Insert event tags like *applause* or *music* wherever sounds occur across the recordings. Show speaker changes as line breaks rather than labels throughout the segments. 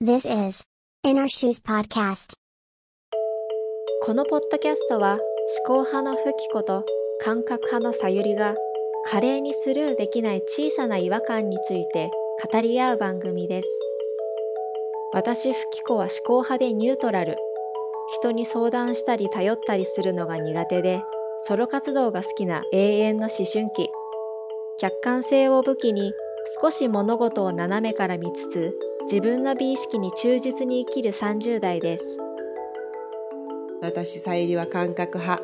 This is In Our Shoes Podcast.
このポッドキャストは思考派のフキコと感覚派のさゆりが華麗にスルーできない小さな違和感について語り合う番組です私フキコは思考派でニュートラル人に相談したり頼ったりするのが苦手でソロ活動が好きな永遠の思春期客観性を武器に少し物事を斜めから見つつ自分の美意識に忠実に生きる30代です
私さゆりは感覚派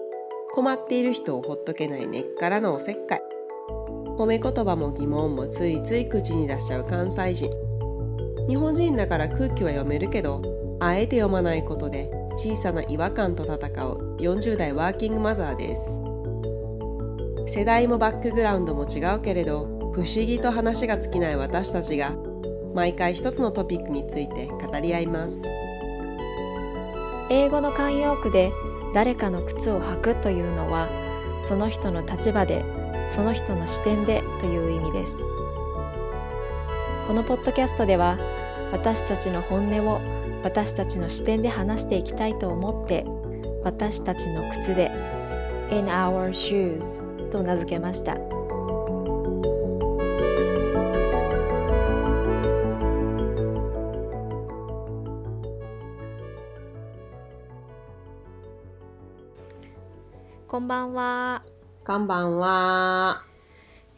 困っている人をほっとけない根っからのおせっかい褒め言葉も疑問もついつい口に出しちゃう関西人日本人だから空気は読めるけどあえて読まないことで小さな違和感と戦う40代ワーキングマザーです世代もバックグラウンドも違うけれど不思議と話が尽きない私たちが毎回一つのトピックについて語り合います
英語の慣用句で誰かの靴を履くというのはその人の立場でその人の視点でという意味ですこのポッドキャストでは私たちの本音を私たちの視点で話していきたいと思って私たちの靴で In Our Shoes と名付けましたこんばんは
こんばんは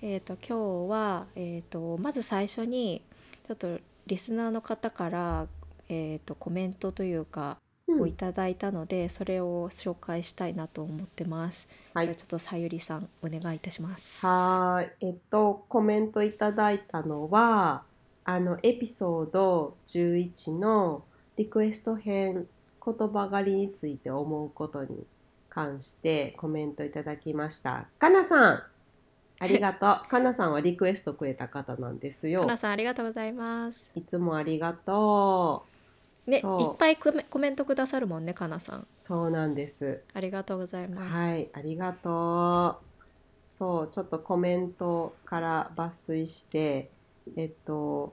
えー、と今日は、えー、とまず最初にちょっとリスナーの方から、えー、とコメントというか
うん
をいただいたので、それを紹介したいなと思ってます。
はい
じゃあちょっとさゆりさんお願いいたします。
はーい、えっと、コメントいただいたのは、あの、エピソード11のリクエスト編、言葉狩りについて思うことに関してコメントいただきました。かなさん、ありがとう。かなさんはリクエストくれた方なんです
か
よ
な。さんありがとうございます。
いつもありがとう。
ねいっ
そう
ぱいコメコメントくださるもんねかなさん
そうなんです。
ありがとうございます。
はい、ありがとう。そう、ちょっとコメントから抜粋して、えっと、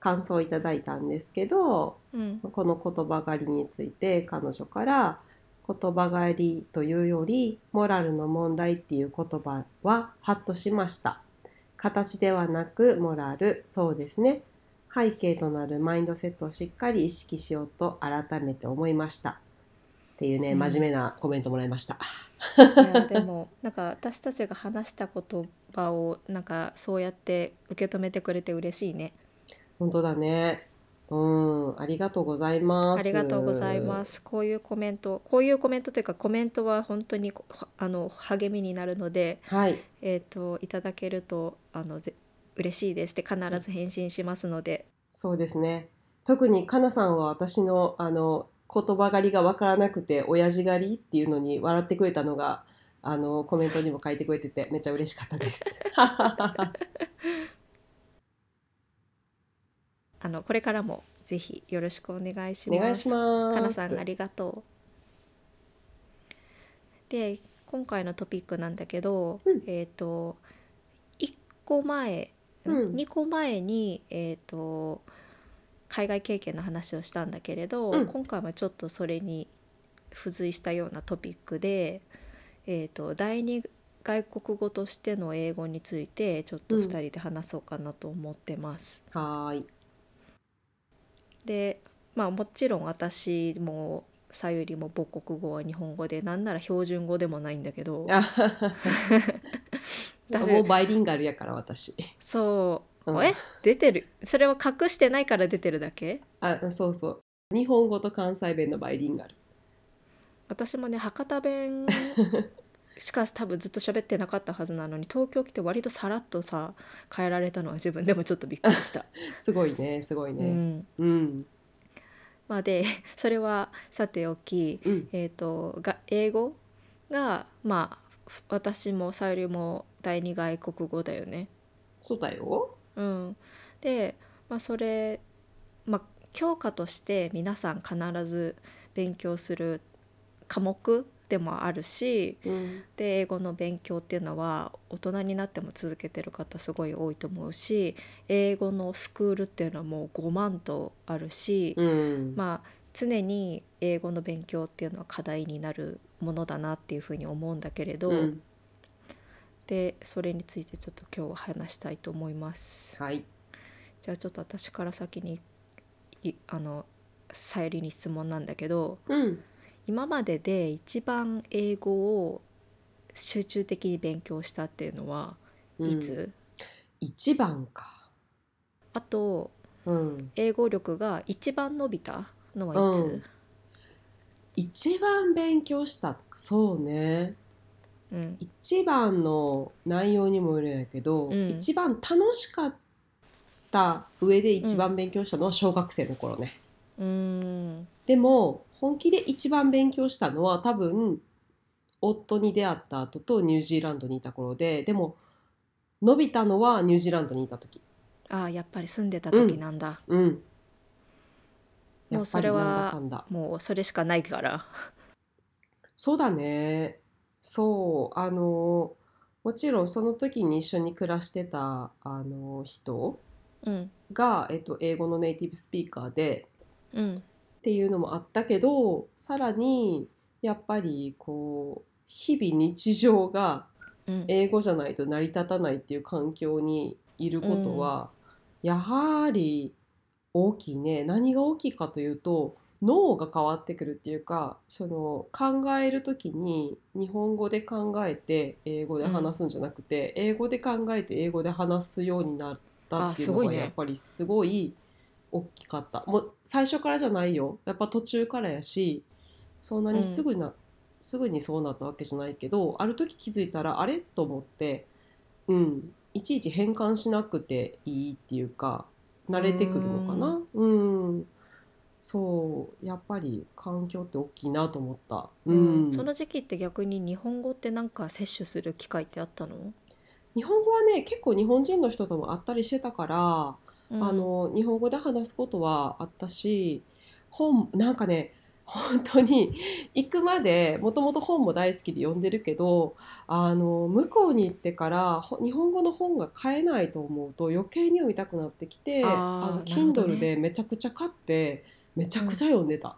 感想をいただいたんですけど、
うん
この言葉狩りについて彼女から、言葉狩りというより、モラルの問題っていう言葉はハッとしました。形ではなくモラル、そうですね。背景となるマインドセットをしっかり意識しようと改めて思いました。っていうね、
うん
真面目なコメントもらいました。
いやでもなんか私たちが話した言葉をなんかそうやって受け止めてくれて嬉しいね。
本当だね。うん、ありがとうございます。
ありがとうございま。す。こういうコメント、こういうコメントというかコメントは本当にこあの励みになるので、
はい、
えっ、といただけるとあのぜ嬉しいです。で必ず返信しますので、
そうですね。特にかなさんは私のあの言葉狩りがわからなくて、親父狩りっていうのに笑ってくれたのが、あのコメントにも書いてくれてて、めっちゃ嬉しかっ
*laughs*
たです。
あのこれからもぜひよろしくお願いし
お
ます。
願いします。
かなさんありがとう。で今回のトピックなんだけど、
うん
えっ、と1個前、
うん
2個前にえっ、と海外経験の話をしたんだけれど、
うん
今回はちょっとそれに付随したようなトピックで、えっ、と第二外国語としての英語についてちょっと2人で話そうかなと思ってます。
は
*laughs*
ーい。
でまあもちろん私もさゆりも母国語は日本語でなんなら標準語でもないんだけど
あもうバイリンガルやから私。
そう、
うん
え出てるそれは隠してないから出てるだけ
あ、そうそう。日本語と関西弁のバイリンガル。
私もね博多弁しか多分ずっと喋ってなかったはずなのに東京来て割とさらっとさ変えられたのは自分でもちょっとびっくりした、
すごいね、すごいうね。
ん、
うん、
まあでそれはさておき
うん、
えー、とが英語がまあふ私もさゆりも第二外国語だよね。
そうだよ。
うん、で、まあ、それ、まあ、教科として皆さん必ず勉強する科目でもあるし
うん
で英語の勉強っていうのは大人になっても続けてる方すごい多いと思うし英語のスクールっていうのはもう5万とあるし、
うん
まあ常に英語の勉強っていうのは課題になるものだなっていうふうに思うんだけれど、
うん
でそれについてちょっと今日話したいと思います。
はい
じゃあちょっと私から先にいあのさゆりに質問なんだけど
うん
今までで一番英語を集中的に勉強したっていうのは
うん
いつ、
一番か
あと
うん
英語力が一番伸びたのはいつ、
一番勉強したそうね
うん
一番の内容にもよるんやけど、
うん
一番楽しかった上で一番勉強したのは小学生の頃ね、
うーん
でも本気で一番勉強したのは多分夫に出会った後とニュージーランドにいた頃ででも伸びたのはニュージーランドにいた時
ああやっぱり住んでた時なんだ、
うん
もうそれ
やっ
は
ぱりなんだかんだ
もうそれしかないから
そうだねそうあのもちろんその時に一緒に暮らしてたあの人
うん
が、えっと、英語のネイティブスピーカーで
うん
っていうのもあったけどさらにやっぱりこう日々日常が
うん
英語じゃないと成り立たないっていう環境にいることは、やはり大きいね何が大きいかというと脳が変わってくるっていうかその考える時に日本語で考えて英語で話すんじゃなくて、英語で考えて英語で話すようになったっていう
あす
の
ごい
が
ね
やっぱりすごい大きかった、もう最初からじゃないよやっぱ途中からやしそんなにすぐな、すぐにそうなったわけじゃないけどある時気づいたらあれと思ってうんいちいち変換しなくていいっていうか慣れてくるのかなうんそうやっぱり環境って大きいなと思ったうん、
うんその時期って逆に日本語ってなんか摂取する機会ってあったの、
日本語はね結構日本人の人とも会ったりしてたから
うん
あの日本語で話すことはあったし本なんかね本当に行くまでもともと本も大好きで読んでるけどあの向こうに行ってからほ日本語の本が買えないと思うと余計に読みたくなってきて
あー
あの
なるほどね
Kindle でめちゃくちゃ買ってめちゃくちゃ読んでた。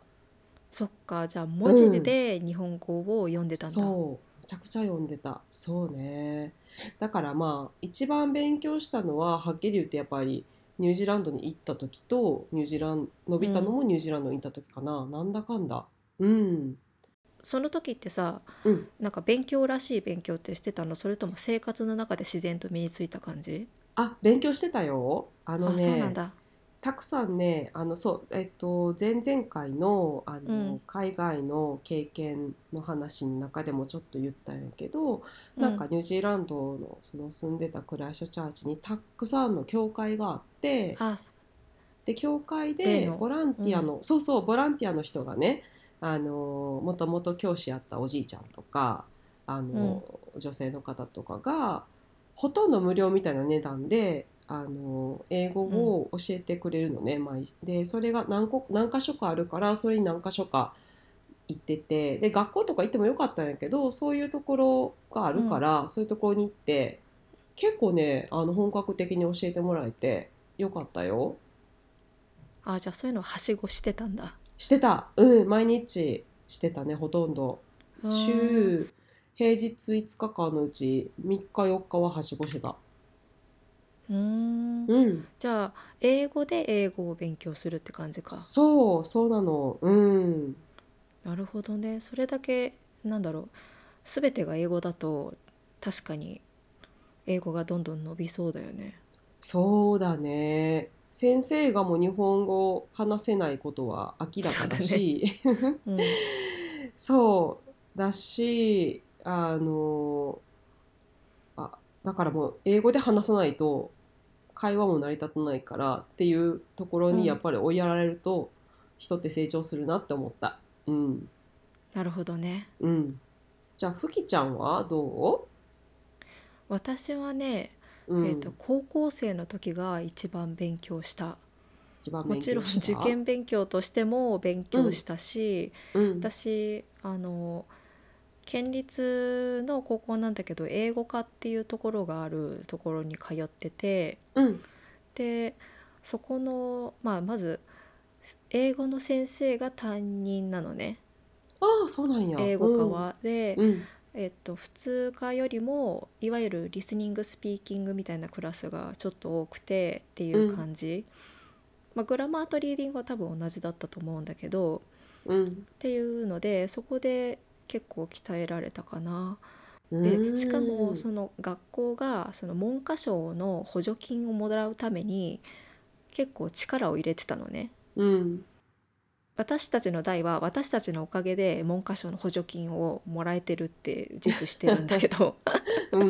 そっかじゃあ文字で日本語を読んでたんだ、
そうめちゃくちゃ読んでたそうねだからまあ一番勉強したのははっきり言ってやっぱりニュージーランドに行った時とニュージーラン伸びたのもニュージーランドに行った時かな、なんだかんだうん
その時ってさ
うん
なんか勉強らしい勉強ってしてたのそれとも生活の中で自然と身についた感じ
あ勉強してたよあの
あそうなん
ね
だ
たくさんねあのそうえっと前々回のあの、
うん
海外の経験の話の中でもちょっと言ったんやけど、なんかニュージーランドのその住んでたクライストチャーチにたくさんの教会があって
あ
で教会
例
で
の
ボランティアの、そうそうボランティアの人がねあのもともと教師やったおじいちゃんとかあの、女性の方とかがほとんど無料みたいな値段であの英語を教えてくれるのね、毎でそれが何個何箇所かあるからそれに何箇所か行っててで学校とか行ってもよかったんやけどそういうところがあるから、そういうところに行って結構ねあの本格的に教えてもらえてよかったよ。
あじゃあそういうのはしごしてたんだ
してたうん毎日してたねほとんど
うん
週平日5日間のうち3日4日ははしごしてた
うーん
うん
じゃあ英語で英語を勉強するって感じか
そうそうなのうん
なるほどねそれだけなんだろう全てが英語だと確かに英語がどんどん伸びそうだよね
そうだね先生がもう日本語を話せないことは明らかだし
うん
そうだしあのあだからもう英語で話さないと会話も成り立たないからっていうところ
うん
にやっぱり追いやられると、人って成長するなって思ったうん
なるほどね
うんじゃあふきちゃんはど
私はね、
う、うん
えー、と高校生の時が一番勉強した
一番
も
勉
ちろ
強
ん
した
受験勉強としても勉強したし、
うん
私あの県立の高校なんだけど英語科っていうところがあるところに通ってて
うん
でそこの、まあ、まず英語の先生が担任なのね
ああそうなんや
英語科は。で、
うん、うん
えっと、普通科よりもいわゆるリスニングスピーキングみたいなクラスがちょっと多くてっていう感じ、まあ、グラマーとリーディングは多分同じだったと思うんだけど
うん
っていうのでそこで結構鍛えられたかな。
う
で
ん
しかもその学校がその文科省の補助金をもらうために結構力を入れてたのね。
うん
私たちの代は私たちのおかげで文科省の補助金をもらえてるって自負してるんだけど
うんう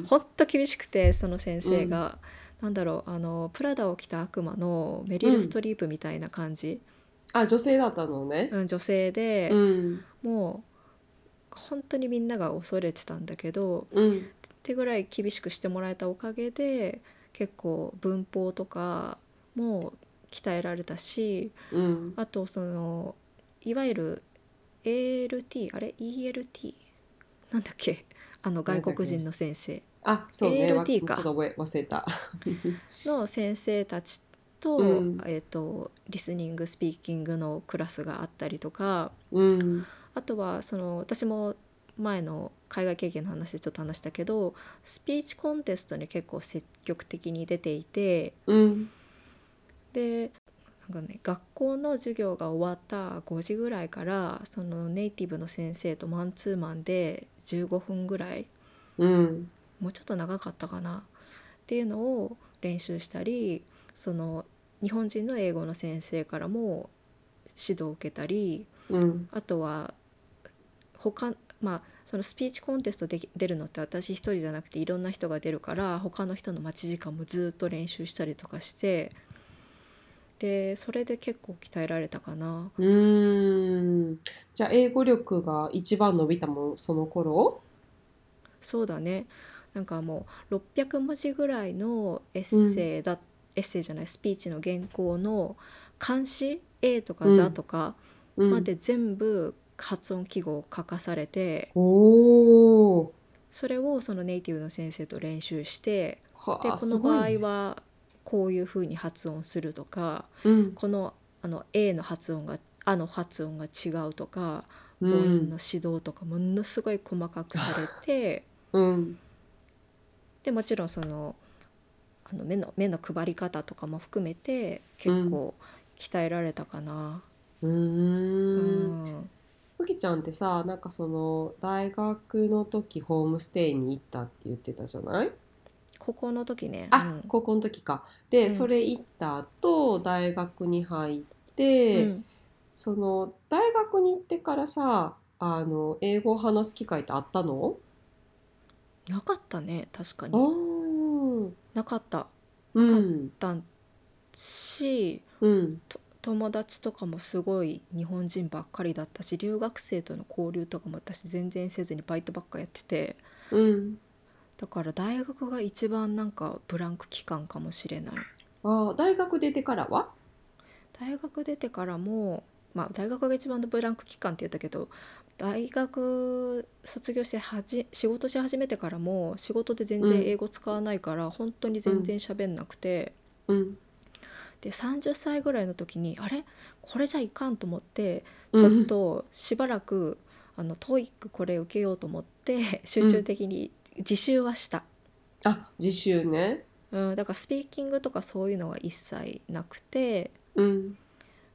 ん
*laughs* ほんと厳しくてその先生が、なんだろうあのプラダを着た悪魔のメリル・ストリープみたいな感じ、
あ女性だったのね。
うん、女性で
う、ん
もう本当にみんなが恐れてたんだけど
うん
ってぐらい厳しくしてもらえたおかげで結構文法とかも鍛えられたし
うん
あとそのいわゆる ALT あれ ELT なんだっけあの外国人の先生
あそうねわ
ALT か
ちょっと覚え忘れた。
の先生たちと,、
うん
えー、とリスニングスピーキングのクラスがあったりとか
うん
あとはその私も前の海外経験の話でちょっと話したけどスピーチコンテストに結構積極的に出ていて
うん
でなんか、ね、学校の授業が終わった5時ぐらいからそのネイティブの先生とマンツーマンで15分ぐらい
うん
もうちょっと長かったかなっていうのを練習したりその日本人の英語の先生からも指導を受けたり
うん
あとは他まあそのスピーチコンテストでき出るのって私一人じゃなくていろんな人が出るから他の人の待ち時間もずっと練習したりとかしてでそれで結構鍛えられたかな
うんじゃあ英語力が一番伸びたもんその頃
そうだねなんかもう600文字ぐらいのエッセイだ、エッセイじゃないスピーチの原稿の漢詩 A とか「座」とか
うん
まで全部発音記号を書かされて、
おお
それをそのネイティブの先生と練習して
は
で
あ
こ
す
の
ご
場合
いね
はこういうふうに発音するとか
うん
このあの A の発音が「あ」の発音が違うとか
う
母音
ん
の指導とかものすごい細かくされ
*laughs*
て
うん
でもちろんそのあの目の目の配り方とかも含めて結構鍛えられたかな。
う
う
ーん
ん
ふきちゃんってさなんかその大学の時ホームステイに行ったって言ってたじゃない
高校の時ね、う
あ
ん
高校の時かで、
うん
それ行った後大学に入って、
うん
その大学に行ってからさあの英語を話す機会ってあったの
なかったね確か
あ
に
ー
なかった
うん
だし
うん
と友達とかもすごい日本人ばっかりだったし留学生との交流とかも私全然せずにバイトばっかやってて
うん
だから大学が一番なんかブランク期間かもしれない
あー大学出てからは
大学出てからもまあ大学が一番のブランク期間って言ったけど大学卒業してはじ仕事し始めてからも仕事で全然英語使わないから、本当に全然喋んなくて。
うん
で30歳ぐらいの時にあれこれじゃいかんと思って
うん
ちょっとしばらく、あの TOEIC これ受けようと思って集中的に自習はした、
あ自習ね
うん、だからスピーキングとかそういうのは一切なくて、
うん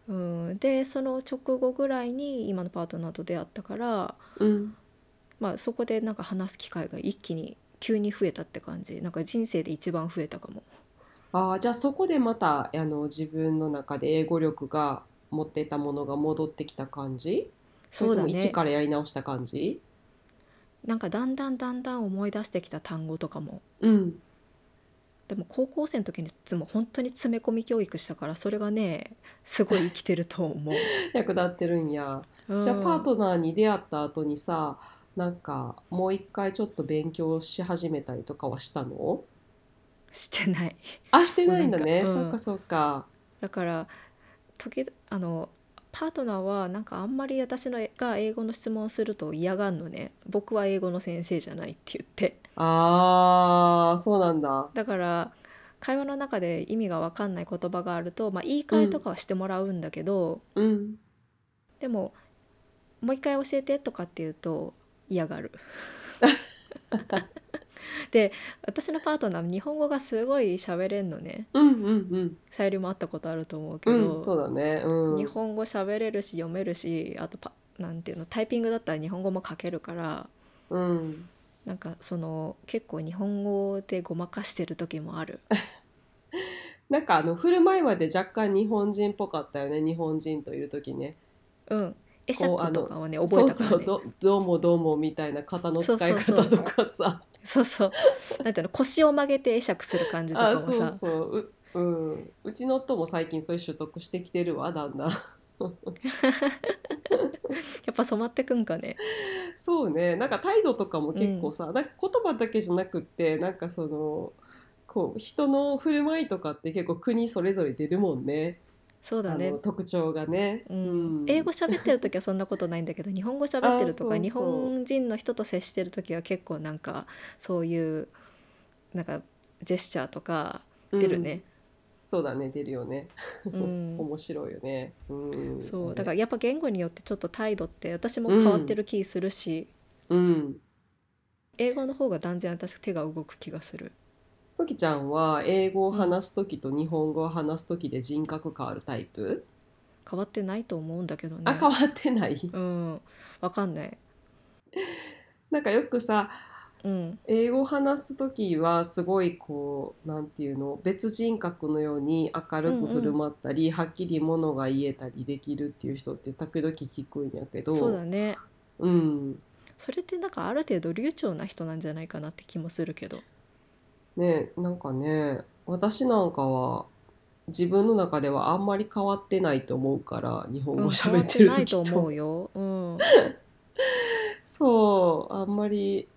うん、でその直後ぐらいに今のパートナーと出会ったから、
うん
まあ、そこでなんか話す機会が一気に急に増えたって感じなんか人生で一番増えたかも。
ああ、じゃあそこでまた、あの、自分の中で英語力が持ってたものが戻ってきた感じ
そ
それ
う
と
だ
も一
ね
からやり直した感じ
なんかだんだんだんだん思い出してきた単語とかも
うん。
でも高校生の時にいつも本当に詰め込み教育したからそれがねすごい生きてると思う。
*laughs* 役立ってるんや。
うん
じゃあパートナーに出会った後にさ、なんかもう一回ちょっと勉強し始めたりとかはしたの
してない
あ、してないんだね。
もう
そ
な
っ
ん
か
か
そっか。
だから時々あのパートナーはなんかあんまり私のが英語の質問をすると嫌がんのね僕は英語の先生じゃないって言って
ああ、そうなんだ。
だから会話の中で意味が分かんない言葉があると、まあ、言い換えとかはしてもらうんだけど、
うん。
でも「もう一回教えて」とかって言うと嫌
*laughs*
がる。で私のパートナー日本語がすごい喋れんのね
うんうん
さゆりも会ったことあると思うけ
う
ど、
ん。うん、そうだね。うん。
日本語喋れるし読めるしあとパなんていうのタイピングだったら日本語も書けるから
うん。
なんかその結構日本語でごまかしてる時もある
なんかあの振る舞いまで若干日本人っぽかったよね日本人といる時ね
うんえしゃ
こうあ
っ
の
とかはね覚えた
そう
から
そう
ね
どどうもどうもみたいな肩の使い
そうそう
方
そう
とかさ
そうそうなんていうの腰を曲げて会釈する感じとか
あ
もさ
そうそうう,、うん、うちの夫も最近それ習得してきてるわだんだん
やっぱ染まってくんかね
そうねなんか態度とかも結構さ、なんか言葉だけじゃなくってなんかそのこう人の振る舞いとかって結構国それぞれ出るもんね
そうだ
あ
ね
の特徴がね、
うん、英語喋ってる時はそんなことないんだけど日本語喋ってると
あ
か
ーそうそう
日本人の人と接してる時は結構なんかそういうなんかジェスチャーとか出る
うん
ね、
そうだね出るよね
うん
面白いよね、うん、
そうだからやっぱ言語によってちょっと態度って私も変わってる気するし、
うん
英語の方が断然私手が動く気がする
ふきちゃんは英語を話す時と日本語を話す時で人格変わるタイプ、
変わってないと思うんだけどね
あ変わってない *laughs*
うんわかんない
なんかよくさ
うん
英語を話す時はすごいこうなんていうの別人格のように明るく振る舞ったり、はっきりものが言えたりできるっていう人って時々聞くんやけど
そうだね
うん
それってなんかある程度流暢な人なんじゃないかなって気もするけど
ねなんかね私なんかは自分の中ではあんまり変わってないと思うから日本語喋ってる
うん変わってない
時
と
と,、
思うよ、うん、
*laughs* そうあんまり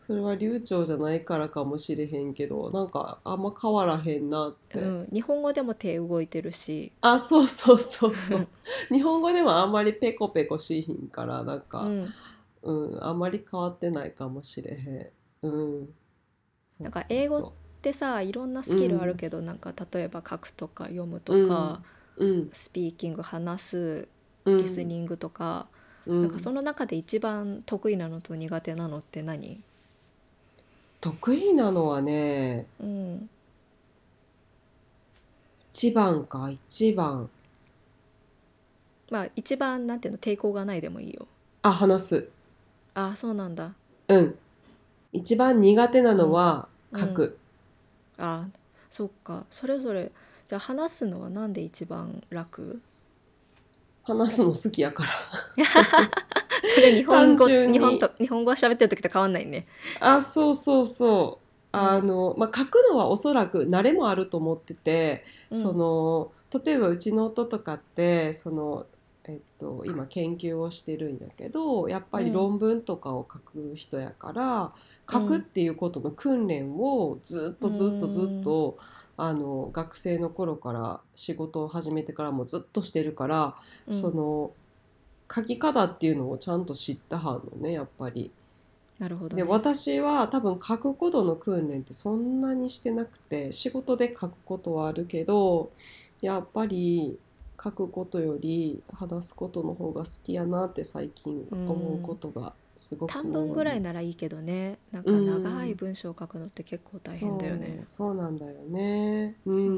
それは流暢じゃないからかもしれへんけどなんかあんま変わらへんなって、
うん、日本語でも手動いてるし、
あそうそうそうそう *laughs* 日本語でもあんまりペコペコしひんからなんか、
う
うん
ん、
あんまり変わってないかもしれへんうんそう
なんか
そうそう
英語でさいろんなスキルあるけど、なんか例えば書くとか読むとか、
うん
スピーキング話す
うん
リスニングとか、
うん
なんかその中で一番得意なのと苦手なのって何、
得意なのはね
うん、
一番か一番
まあ一番なんていうの抵抗がないでもいいよ
あ話す
ああそうなんだ
うん一番苦手なのは
うん
書く、
あーそっかそれぞれじゃあ話すのはなんで一番楽
話すの好きやから
それ日本語
単純に
日本と日本語喋ってる時と変わんないね
あそうそうそうあの、まあ、書くのはおそらく慣れもあると思ってて、
うん
その例えばうちの夫とかってその、えっと、今研究をしてるんやけどやっぱ
う
り
ん
論文とかを書く人やから、書くっていうことの訓練をずっとずっとずっと、あの学生の頃から仕事を始めてからもずっとしてるから、
うん
その書き方っていうのをちゃんと知ったはんのねやっぱり。
なるほど、ね、
で私は多分書くことの訓練ってそんなにしてなくて仕事で書くことはあるけどやっぱり書くことより話すことの方が好きやなって最近思うことがすごく多い
短文ぐらいならいいけどねなんか
うん
長い文章を書くのって結構大変だよね
そうそうなんだよねう
うん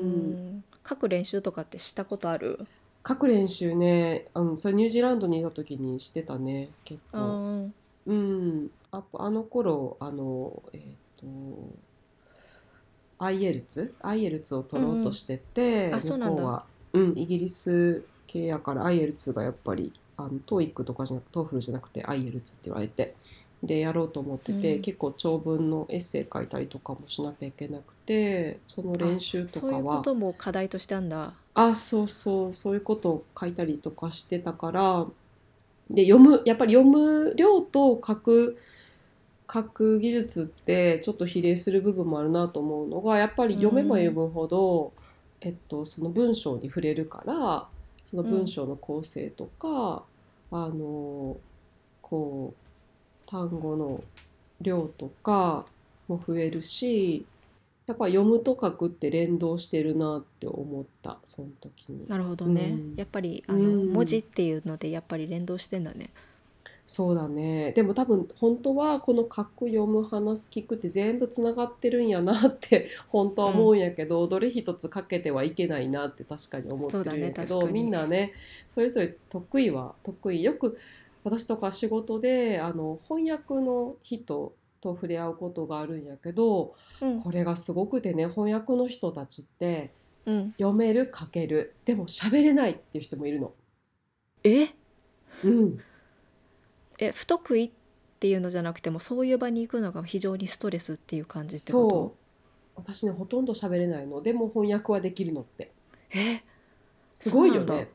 ん書く練習とかってしたことある
書く練習ねあのそれニュージーランドにいた時にしてたね結
う
構
ん
うんああの頃あのえっ、と IELTS IELTS を取ろうとして
う
て、
んあそう
向
なんだ
こうは、うん、イギリス系やから IELTS がやっぱりあの TOEIC とかじゃなく TOEFL じゃなくて IELTS って言われてでやろうと思ってて、
うん
結構長文のエッセイ書いたりとかもしなきゃいけなくてその練習とか
そういうこ
は
とも課題としてあんだ
あ、そうそう、そういうことを書いたりとかしてたから、で、読む、やっぱり読む量と書く、書く技術ってちょっと比例する部分もあるなと思うのが、やっぱり読めば読むほど、えっと、その文章に触れるから、その文章の構成とか、あのこう単語の量とかも増えるしやっぱ読むと書くって連動してるなって思ったその時に
なるほどね、
うん
やっぱりあの、
うん
文字っていうのでやっぱり連動してんだね
そうだねでも多分本当はこの書く読む話す聞くって全部つながってるんやなって本当は思うんやけど、どれ一つかけてはいけないなって確かに思ってるん
そう
やけど
だね確かに
みんなねそれぞれ得意は得意よく私とか仕事であの翻訳の人と触れ合うことがあるんやけど
うん
これがすごくてね翻訳の人たちって
うん
読める書けるでも喋れないっていう人もいるの。
え
うん
え不得意っていうのじゃなくてもそういう場に行くのが非常にストレスっていう感じってこ
そう私ねほとんど喋れないのでも翻訳はできるのって
とえ
すごいよ
そうなんだ
ね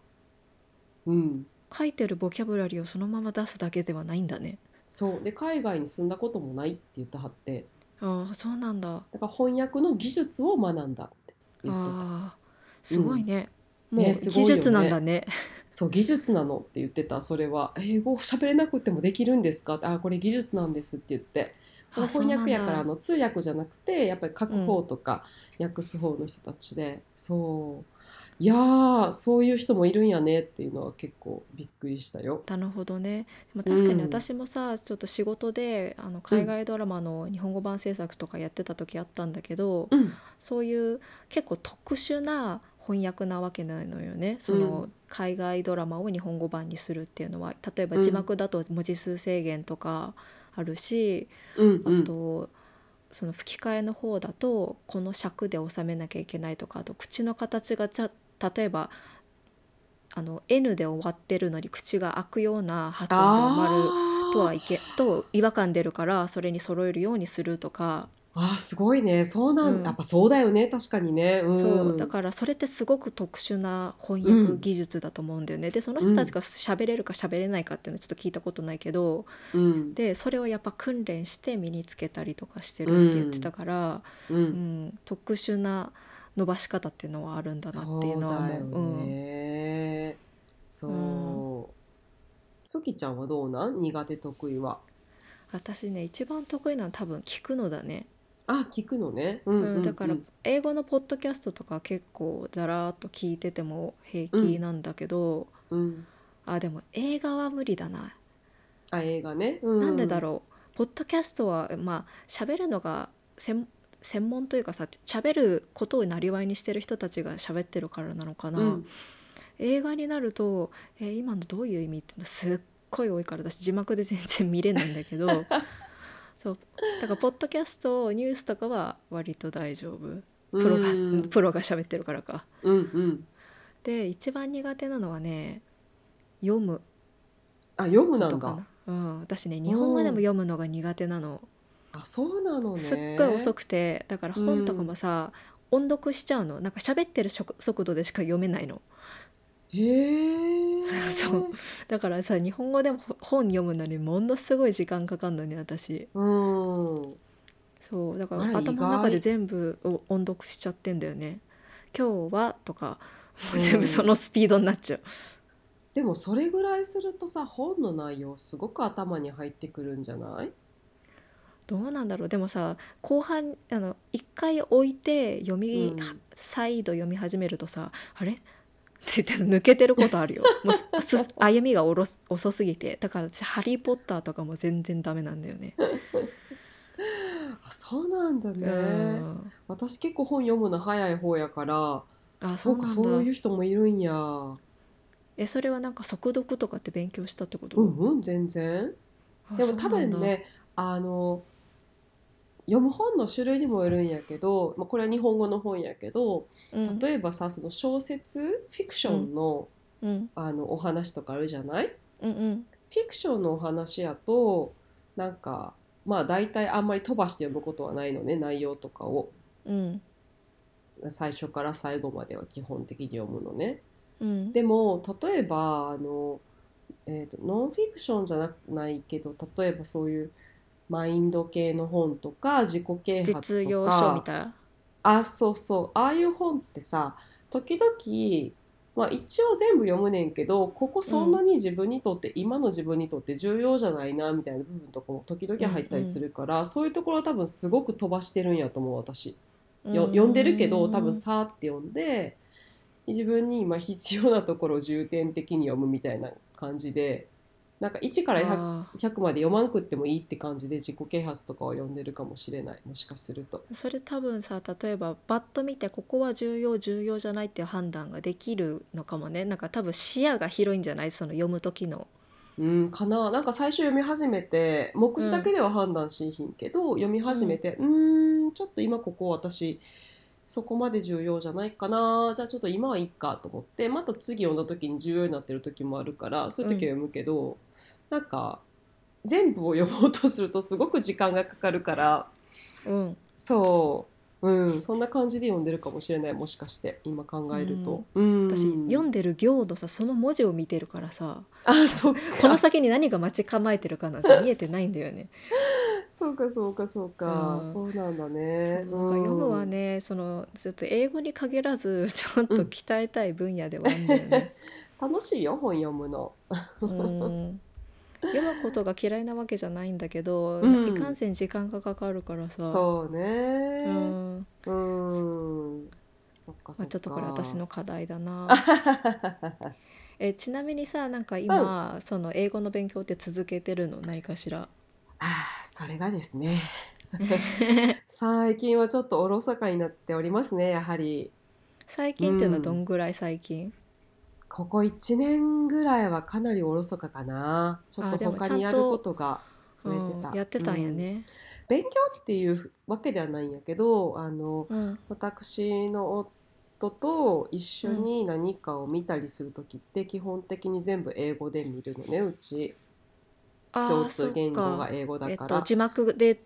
うん
書いてるボキャブラリーをそのまま出すだけではないんだね
そうで海外に住んだこともないって言ってはって
ああそうなんだ
だから翻訳の技術を学んだって言って
あ
た
あすごいね、
うん
もう
ねすごい
技
よね
術なんだね
そう技術なのって言ってたそれは英語喋れなくてもできるんですかってあこれ技術なんですって言ってこの
あそう
翻
なんだ
訳やからあの通訳じゃなくてやっぱり書く方とか訳す方の人たちで、そういやーそういう人もいるんやねっていうのは結構びっくりしたよ。
なるほどねでも確かに
うん
私もさ、ちょっと仕事であの海外ドラマの日本語版制作とかやってた時あったんだけど、
うん
そういう結構特殊な翻訳なわけないのよねその、
う
海外ドラマを日本語版にするっていうのは例えば
うん
字幕だと文字数制限とかあるし、
うんうん、
あとその吹き替えの方だとこの尺で収めなきゃいけないとかあと口の形がちゃ例えばあの N で終わってるのに口が開くような発音で終わる
あー
とはいけと違和感出るからそれに揃えるようにするとか、
あーすごいねそうなん、
うん
やっぱそうだよね確かにね、うん、
そうだからそれってすごく特殊な翻訳技術だと思うんだよね。でその人たちが喋れるか喋れないかっていうのはちょっと聞いたことないけど
うん
でそれをやっぱ訓練して身につけたりとかしてるって言ってたから、
う
うん
ん
特殊な伸ばし方っていうのはあるんだなっていうのは思う。
そうだよねそう、ふきちゃんはどうなん苦手得意は
うん、私ね一番得意なのは多分聞くのだね。
あ聞くのね、うんうん
う
うん
ん、だから英語のポッドキャストとか結構だらーっと聞いてても平気なんだけど、
うん、
あでも映画は無理だな、
あ映画ね、う
なんでだろうポッドキャストはまあ喋るのが専専門というかさ喋ることをなりわいにしてる人たちが喋ってるからなのかな、
うん
映画になると、えー今のどういう意味っていうのすっごい多いから私字幕で全然見れないんだけ
*laughs*
どそうだからポッドキャストニュースとかは割と大丈夫。
う
プロが、
ん
プロが喋ってるからか。
うんうん
で一番苦手なのはね読む
あ読むな
と
ん
か
だ
な、うん、私ね日本語でも読むのが苦手なの、
あそうなのね
すっごい遅
く
くてだから本とかもさ、音読しちゃうのなんか喋ってる速速度でしか読めないの
へえ
*laughs* そうだからさ日本語でもほ本読むのにものすごい時間かかんのね私
うん
そうだか
あ
ら
ら
頭の中
意
で
外
全部を音読しちゃってんだよね今日はとかもう
う
全
ん
部そのスピードになっちゃう、
でもそれぐらいするとさ本の内容すごく頭に入ってくるんじゃない
どうなんだろうでもさ後半あの一回置いて読み、
うん
は再度読み始めるとさ「あれ?」って言って抜けてることあるよもうすす歩みがおろす遅すぎてだから私「ハリー・ポッター」とかも全然ダメなんだよね。
あそうなんだね、
うん
私結構本読むの早い方やから
あそ
そううか
なん
そ
だ
ういう人もいるんや
えそれはなんか速読とかって勉強したってこと、
うんうん全然
あ
でも多
そうなん
分
だ
ねあの読む本の種類にもよるんやけど、まあ、これは日本語の本やけど
うん
例えばさその小説フィクションの,、
うん
あのお話とかあるじゃない
うんうん
フィクションのお話やとなんかまあ大体あんまり飛ばして読むことはないのね内容とかを
うん
最初から最後までは基本的に読むのね。
うん
でも例えばあの、えーとノンフィクションじゃなないけど例えばそういうマインド系の本とか自己啓発とか
実用書みたいな
あそうそうああいう本ってさ時々まあ、一応全部読むねんけどここそんなに自分にとって、今の自分にとって重要じゃないなみたいな部分とかも時々入ったりするから、そういうところは多分すごく飛ばしてるんやと思う私。よ読んでるけど多分さーって読んで自分に今必要なところを重点的に読むみたいな感じでなんか1から100
あー
100, まで読まんくってもいいって感じで自己啓発とかを読んでるかもしれないもしかすると。
それ多分さ例えばバッと見てここは重要重要じゃないっていう判断ができるのかもねなんか多分視野が広いんじゃないその読む時の
うんかななんか最初読み始めて目次だけでは判断しひんけど、読み始めてうーんちょっと今ここ私そこまで重要じゃないかなじゃあちょっと今はいいかと思ってまた次読んだ時に重要になってる時もあるからそういう時は読むけど、なんか全部を読もうとするとすごく時間がかかるから
うん
そう、うん、そんな感じで読んでるかもしれないもしかして今考えると。うん、
私読んでる行のさその文字を見てるからさ
あそっか
この先に何が待ち構えてるかなんて見えてないんだよ
*laughs*
ね。
そうかそうかそうか、
うん
そうなんだ
そうな
ね。
んか読むはねそのちょっと英語に限ら
*laughs*
ずちょっと鍛えたい分野ではあるんだよね。
うん楽しいよ本読むの。
うん読むことが嫌いなわけじゃないんだけど、
うん
いかんせん時間がかかるからさ。
そう
う
ね。
ん
うん。そっかそ
まあ、
っか。
ちょっとこれ私の。課題だ
*laughs*
なえちなみにさなんか今、その英語の勉強って続けてるの何かしら
ああそれがです
*laughs*
ね。最近はちょっとおろそかになっておりますねやはり。
最近っていうのはどんぐらい最近、
ここ1年ぐらいはかなりおろそかかな。ちょっ
あーで
と
も
他に
ちゃ
や
ん
る
と
ことが
う
増えて
ん
た。
やってたんや
うん。
ね、
勉強っていうわけではないんやけどあの、
うん
私の夫と一緒に何かを見たりする時って基本的に全部英語で見るのねうち
あ
共
ー
通言語
そ
が
っか
英語だ
えっ
か
と
ら
字幕でっ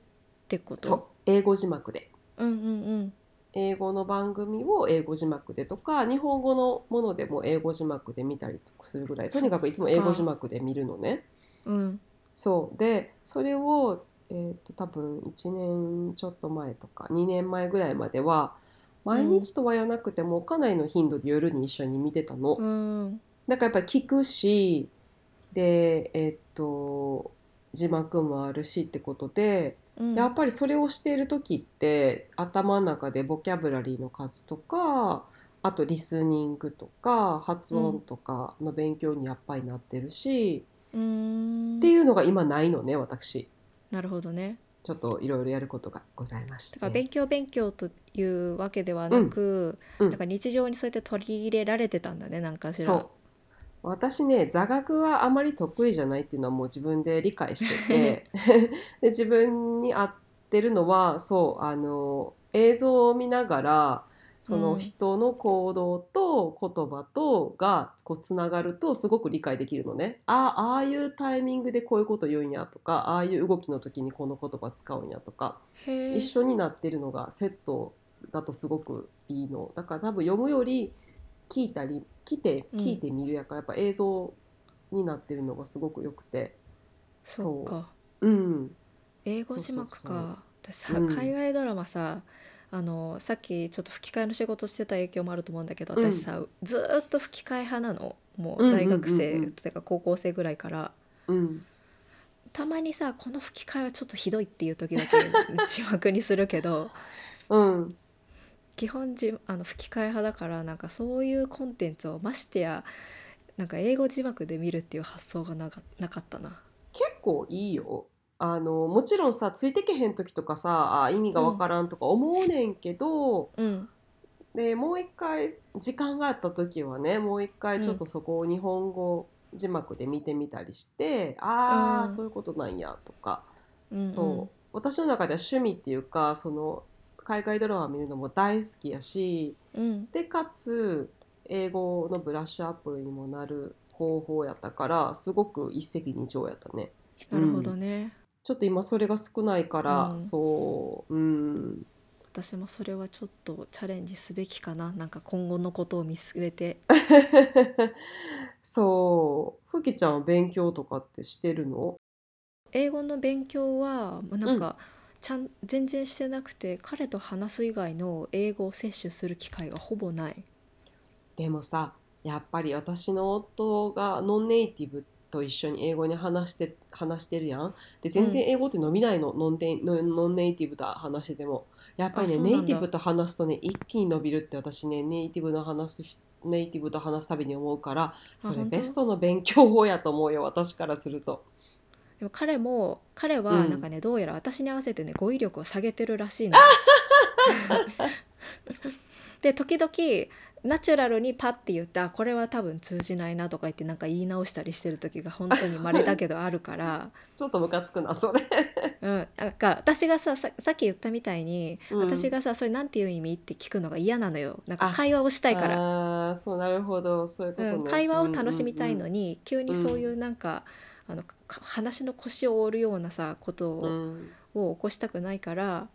てこと
そう英語字幕で
うんうんうん
英語の番組を英語字幕でとか日本語のものでも英語字幕で見たりするぐらいとにかくいつも英語字幕で見るのね
うん
そうでそれを、えー、と多分1年ちょっと前とか2年前ぐらいまでは毎日とは言わなくてもかなりの頻度で夜に一緒に見てたの。
うん
だからやっぱり聞くしでえっと字幕もあるしってことで、
うん
やっぱりそれをしている時って頭の中でボキャブラリーの数とかあとリスニングとか発音とかの勉強にやっぱりなってるし、
うーん
っていうのが今ないのね私
なるほどね
ちょっといろいろやることがございまし
だ
て
から勉強勉強というわけではなく、
うんうん
だから日常にそうやって取り入れられてたんだねなんかしら
そう私ね座学はあまり得意じゃないっていうのはもう自分で理解しててで自分に合ってるのはそうあの映像を見ながらそうの
ん
人の行動と言葉とがこうつながるとすごく理解できるのねああああいうタイミングでこういうこと言うんやとかああいう動きの時にこの言葉使うんやとか
へー
一緒になってるのがセットだとすごくいいのだから多分読むより聞いたり来て
うん
聞いてみるやから、やっぱ映像になってるのがすごく良くて
そうか
うん
英語字幕
そうそうそう
か私さ、
うん
海外ドラマさあのさっきちょっと吹き替えの仕事してた影響もあると思うんだけど
うん
私さ、ずーっと吹き替え派なのも
うん
う
うんうんう
大
ん
学生、というか高校生ぐらいから
うん
たまにさこの吹き替えはちょっとひどいっていう時だ
*laughs*
け字幕にするけど
うん
基本じあの吹き替え派だからなんかそういうコンテンツをましてやなんか英語字幕で見るっていう発想がなかなかったな。
結構いいよあのもちろんさついてけへん時とかさあ意味がわからんとか思うねんけど、
うん、
でもう一回時間があった時はねもう一回ちょっとそこを日本語字幕で見てみたりして、ああ、
うん
そういうことなんやとか、
うんうん、
そう私の中では趣味っていうかその海外ドラマ見るのも大好きやし
うん
でかつ英語のブラッシュアップにもなる方法やったからすごく一石二鳥やったね。
なるほどね、
ちょっと今それが少ないから、
うん
そううん
私もそれはちょっとチャレンジすべきかななんか今後のことを見据えて
そうふきちゃんは勉強とかってしてるの
*laughs* 英語の勉強はまあなんか、ちゃん全然してなくて彼と話す以外の英語を摂取する機会がほぼない
でもさやっぱり私の夫がノンネイティブと一緒に英語に話して話してるやんで全然英語って伸びないの、ノンテノンノンネイティブと話しててもやっぱり
あ
ね
そうなん
ネ
だ
イティブと話すとね一気に伸びるって私ねネイティブの話すネイティブと話すたびに思うからそれ
本当
ベストの勉強法やと思うよ私からすると
でも彼も彼
う
は
ん
なんかね、どうやら私に合わせてね語彙力を下げてるらし *laughs* いの。で時々ナチュラルにパッて言ってあこれは多分通じないなとか言ってなんか言い直したりしてる時が本当に稀だけどあるから、
ちょっとムカつくなそれ、
うん、なんか私がさささっき言ったみたいに、
うん
私がさそれなんていう意味って聞くのが嫌なのよなんか
あ
会話をしたいから。
あーそうなるほどそういうことね、
うん、会話を楽しみたいの
に、
に、急にそういうなんか、あのか話の腰を折るようなさこと
う
を,、
ん、
を起こしたくないから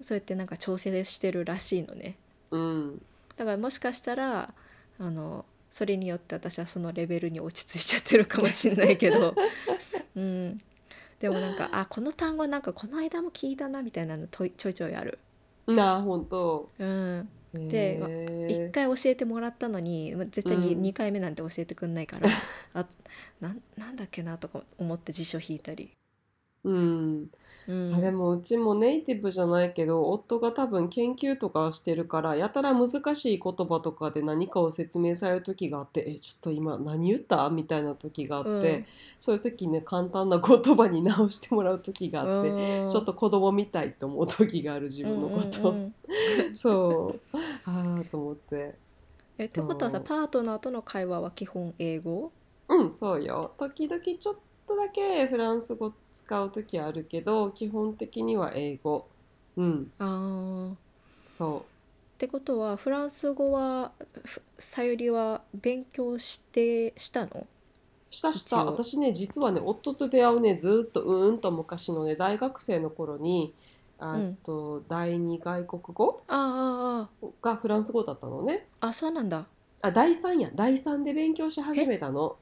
そうやってなんか調整してるらしいのね
うん、
だからもしかしたらあのそれによって私はそのレベルに落ち着いちゃってるかもしれないけ
*laughs*
ど、うん、でもなんかあこの単語なんかこの間も聞いたなみたいなのといちょいちょいある。
なあ本当
うん、
へ
1
ー
回教えてもらったのにま絶対に
うん
2回目なんて教えてくんない
*laughs*
から、あなんなんだっけなとか思って辞書引いたり、
うん、
うん
あでもうちもネイティブじゃないけど夫が多分研究とかしてるからやたら難しい言葉とかで何かを説明される時があって「えちょっと今何言った?」みたいな時があって、
うん
そういう時ね簡単な言葉に直してもらう時があって、
うん
ちょっと子供みたいと思う時がある自分のこと。
うんうんうん
*laughs* そうああと思って。
えってことはさ
そう
パートナーとの会話は基本英語
うん、そうよ。時々ちょっとだけフランス語使うときあるけど、基本的には英語。うん、
あーっ
そ
てことはフランス語はふさゆりは勉強してしたの
う。したし
一
た。
応
私ね、実はね、夫と出会うね、ずーっとうーんと昔のね、大学生の頃に、あ
うん
と、第二外国語
あーあー
がフランス語だったのね。
あーあそうなんだ
あ、第三や。第三で勉強し始めたの。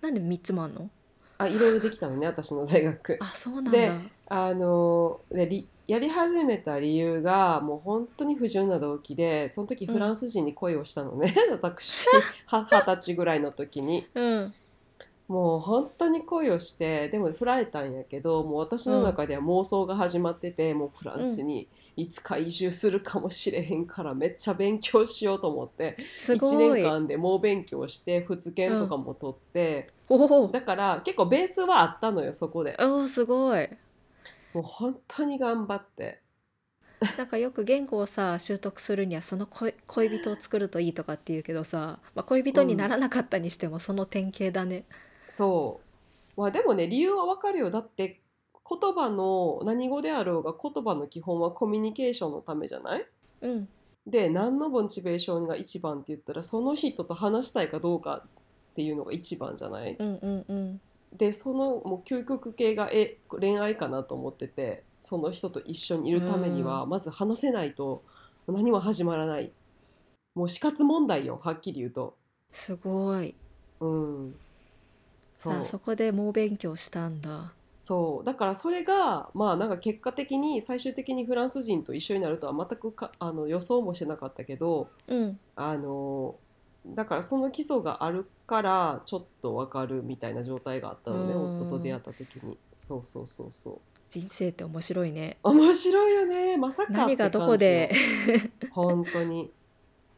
なんで3つもあんの
あ、いろいろできたのね、私の大学。
あそうなんだ
であのでりやり始めた理由がもう本当に不純な動機でその時
うん
フランス人に恋をしたのね、 *laughs*
*laughs*
私は二十歳ぐらいの時に
うん
もう本当に恋をしてでも振られたんやけどもう私の中では妄想が始まってて、もうフランスにいつか移住するかもしれへんからめっちゃ勉強しようと思って
す
1
ご
年
い
間で猛勉強して仏研とかも取って、
おお
だから結構ベースはあったのよそこで
おーすごい
もう本当に頑張って。
なんかよく言語をさ習得するにはその恋恋人を作るといいとかって言うけどさ、まあ、恋人にならなかったにしてもその典型だね。
そう。まあでもね、理由はわかるよ。だって言葉の何語であろうが言葉の基本はコミュニケーションのためじゃない
うん、
で、何のモチベーションが一番って言ったら、その人と話したいかどうかっていうのが一番じゃない
うん、うん、うん。
で、そのもう究極系がえ恋愛かなと思ってて、その人と一緒にいるためには、まず話せないと何も始まらない。もう死活問題よ、はっきり言うと。
すごい。
うん。そう。
あ、そこで猛勉強したんだ。
そうだからそれがまあなんか結果的に最終的にフランス人と一緒になるとは全くかあの予想もしてなかったけど
うん。
あのだからその基礎があるからちょっとわかるみたいな状態があったのね
うん
夫と出会った時にそうそうそうそう
人生って面白いね。
面白いよねまさか
何が
って
ど
感
こ
じ
で。
の *laughs* 本当に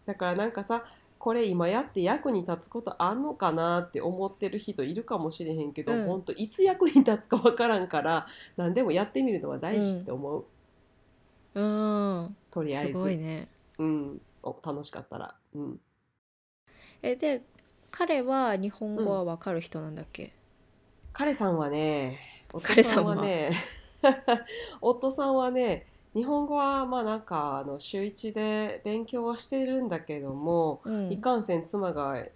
だからなんかさこれ今やって役に立つことあんのかなって思ってる人いるかもしれへんけど、
うん
本当いつ役に立つかわからんから何でもやってみるのは大事って思う、
うん。
とりあえ
す
ず、
ごいね。
うん、お楽しかったら、うん、
え、で、彼は日本語はわかる人なんだっけ。
彼さんはね
彼さんは
夫ね *laughs* 夫さんはね日本語はまあなんかあの週一で勉強はしてるんだけども、
うん。
いかんせん妻が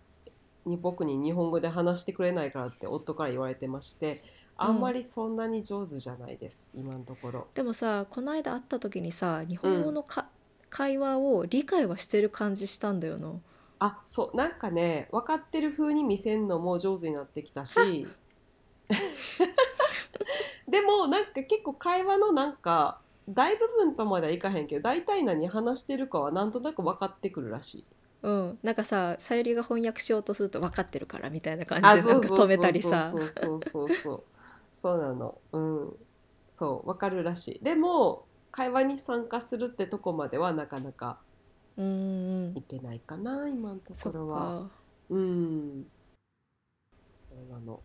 に僕に日本語で話してくれないからって夫から言われてましてあんまりそんなに上手じゃないです、今のところ
でもさ、この間会った時にさ、日本語のか、会話を理解はしてる感じしたんだよな。
あそうなんかね分かってる風に見せんのも上手になってきた
*laughs*
しでもなんか結構会話のなんか大部分とまではいかへんけど大体何話してるかはなんとなく分かってくるらしい。
うん、なんかささゆりが翻訳しようとすると分かってるからみたいな感
あ
じで
そ
な
うん
か
そう
止
そう
め
そ
た
う
りさ
そうそうそうそうそうなのうんそうわかるらしいでも会話に参加するってとこまではなかなか
うんうん
いけないかな今のと
そ
こ
っ
ろは
か
うんそうなの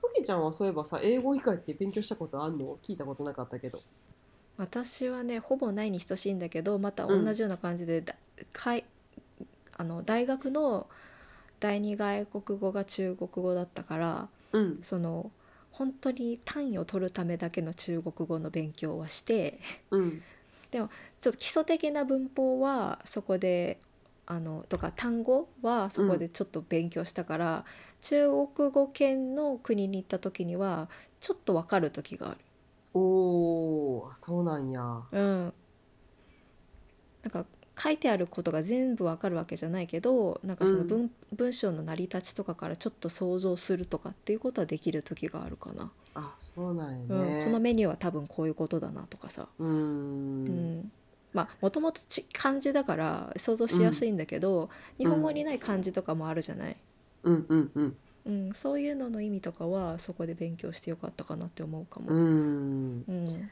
ふきちゃんはそういえばさ英語以外って勉強したことあんの聞いたことなかったけど
私はねほぼないに等しいんだけどまた
うん
同じような感じで、だかいあの大学の第二外国語が中国語だったから
うん
その本当に単位を取るためだけの中国語の勉強はして
うん
ちょっと基礎的な文法はそこであのとか単語はそこでちょっと勉強したから、中国語圏の国に行った時にはちょっとわかる時がある。
おーそうなんや
うん、なんか書いてあることが全部わかるわけじゃないけどなんかその文,、文章の成り立ちとかからちょっと想像するとかっていうことはできる時があるかな、
あそうなんや
うん、この
ね
メニューは多分こういうことだなとかさ、
うーん
うんまあもともとち漢字だから想像しやすいんだけど、日本語にない漢字とかもあるじゃない、
うんうんうん
うん、そういうのの意味とかはそこで勉強してよかったかなって思うか
う
も。
ん
うん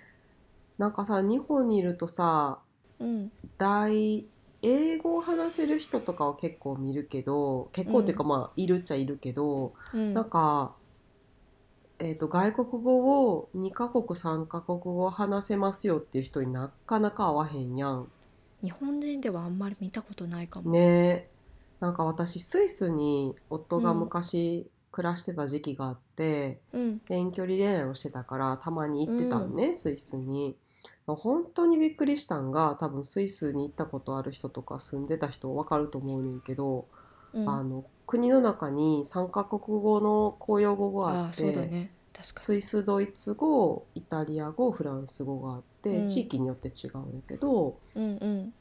なんかさ日本にいるとさ
うん
大英語を話せる人とかは結構見るけど結構っていうか
う
まあいるっちゃいるけど、
うん
なんか、えー、と外国語を2カ国3カ国語話せますよっていう人になかなか会わへんやん。
日本人ではあんまり見たことないかも。
ねえなんか私スイスに夫が昔暮らしてた時期があって。
うん
遠距離恋愛をしてたからたまに行ってたのね、スイスに本当にびっくりしたんが多分スイスに行ったことある人とか住んでた人分かると思うねんけど、
うん、
あの国の中に3カ国語の公用語があ
あ
っ
あそう
て
だね確か
スイスドイツ語イタリア語フランス語があって、
うん
地域によって違うんやけど
にうんうん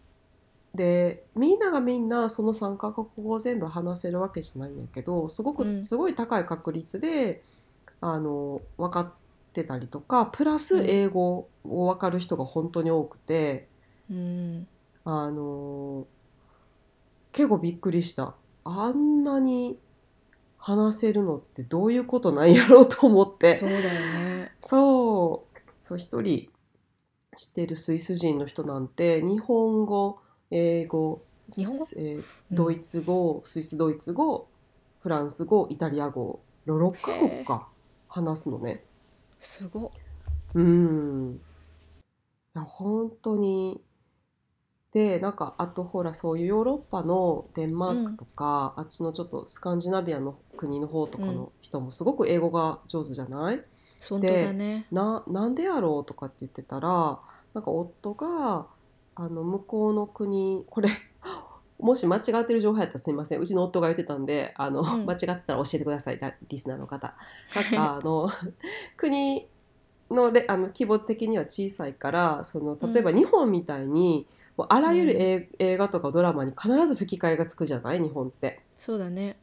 でみんながみんなその3カ国語を全部話せるわけじゃないんやけどすごく、
うん
すごい高い確率であの分かってたりとかプラス
うん
英語を分かる人が本当に多くて、
うん
あの結構びっくりしたあんなに話せるのってどういうことなんやろうと思って
そうだよね
そう、そう、一人知ってるスイス人の人なんて、日本語、英語、
日本語
えードイ
ツ
ツ語、スイスドイツ語、フランス語、イタリア語、6カ
へ
国
え
か話すのね。
すごっ
うん。いや、本当に。で、なんか、あとほら、そういうヨーロッパのデンマークとか、あっちのちょっとスカンジナビアの国の方とかの人もすごく英語が上手じゃない
本当だね
な、なんでやろうとかって言ってたらなんか夫があの向こうの国これ *laughs* もし間違ってる情報やったらすいませんうちの夫が言ってたんであの、
うん
間違ってたら教えてくださいだリスナーの
*laughs*
方。なんかあの *laughs* 国のれあの規模的には小さいからその例えば
う
日本みたいに、もうあらゆる
うん
映映画とかドラマに必ず吹き替えがつくじゃない日本って。
そうだね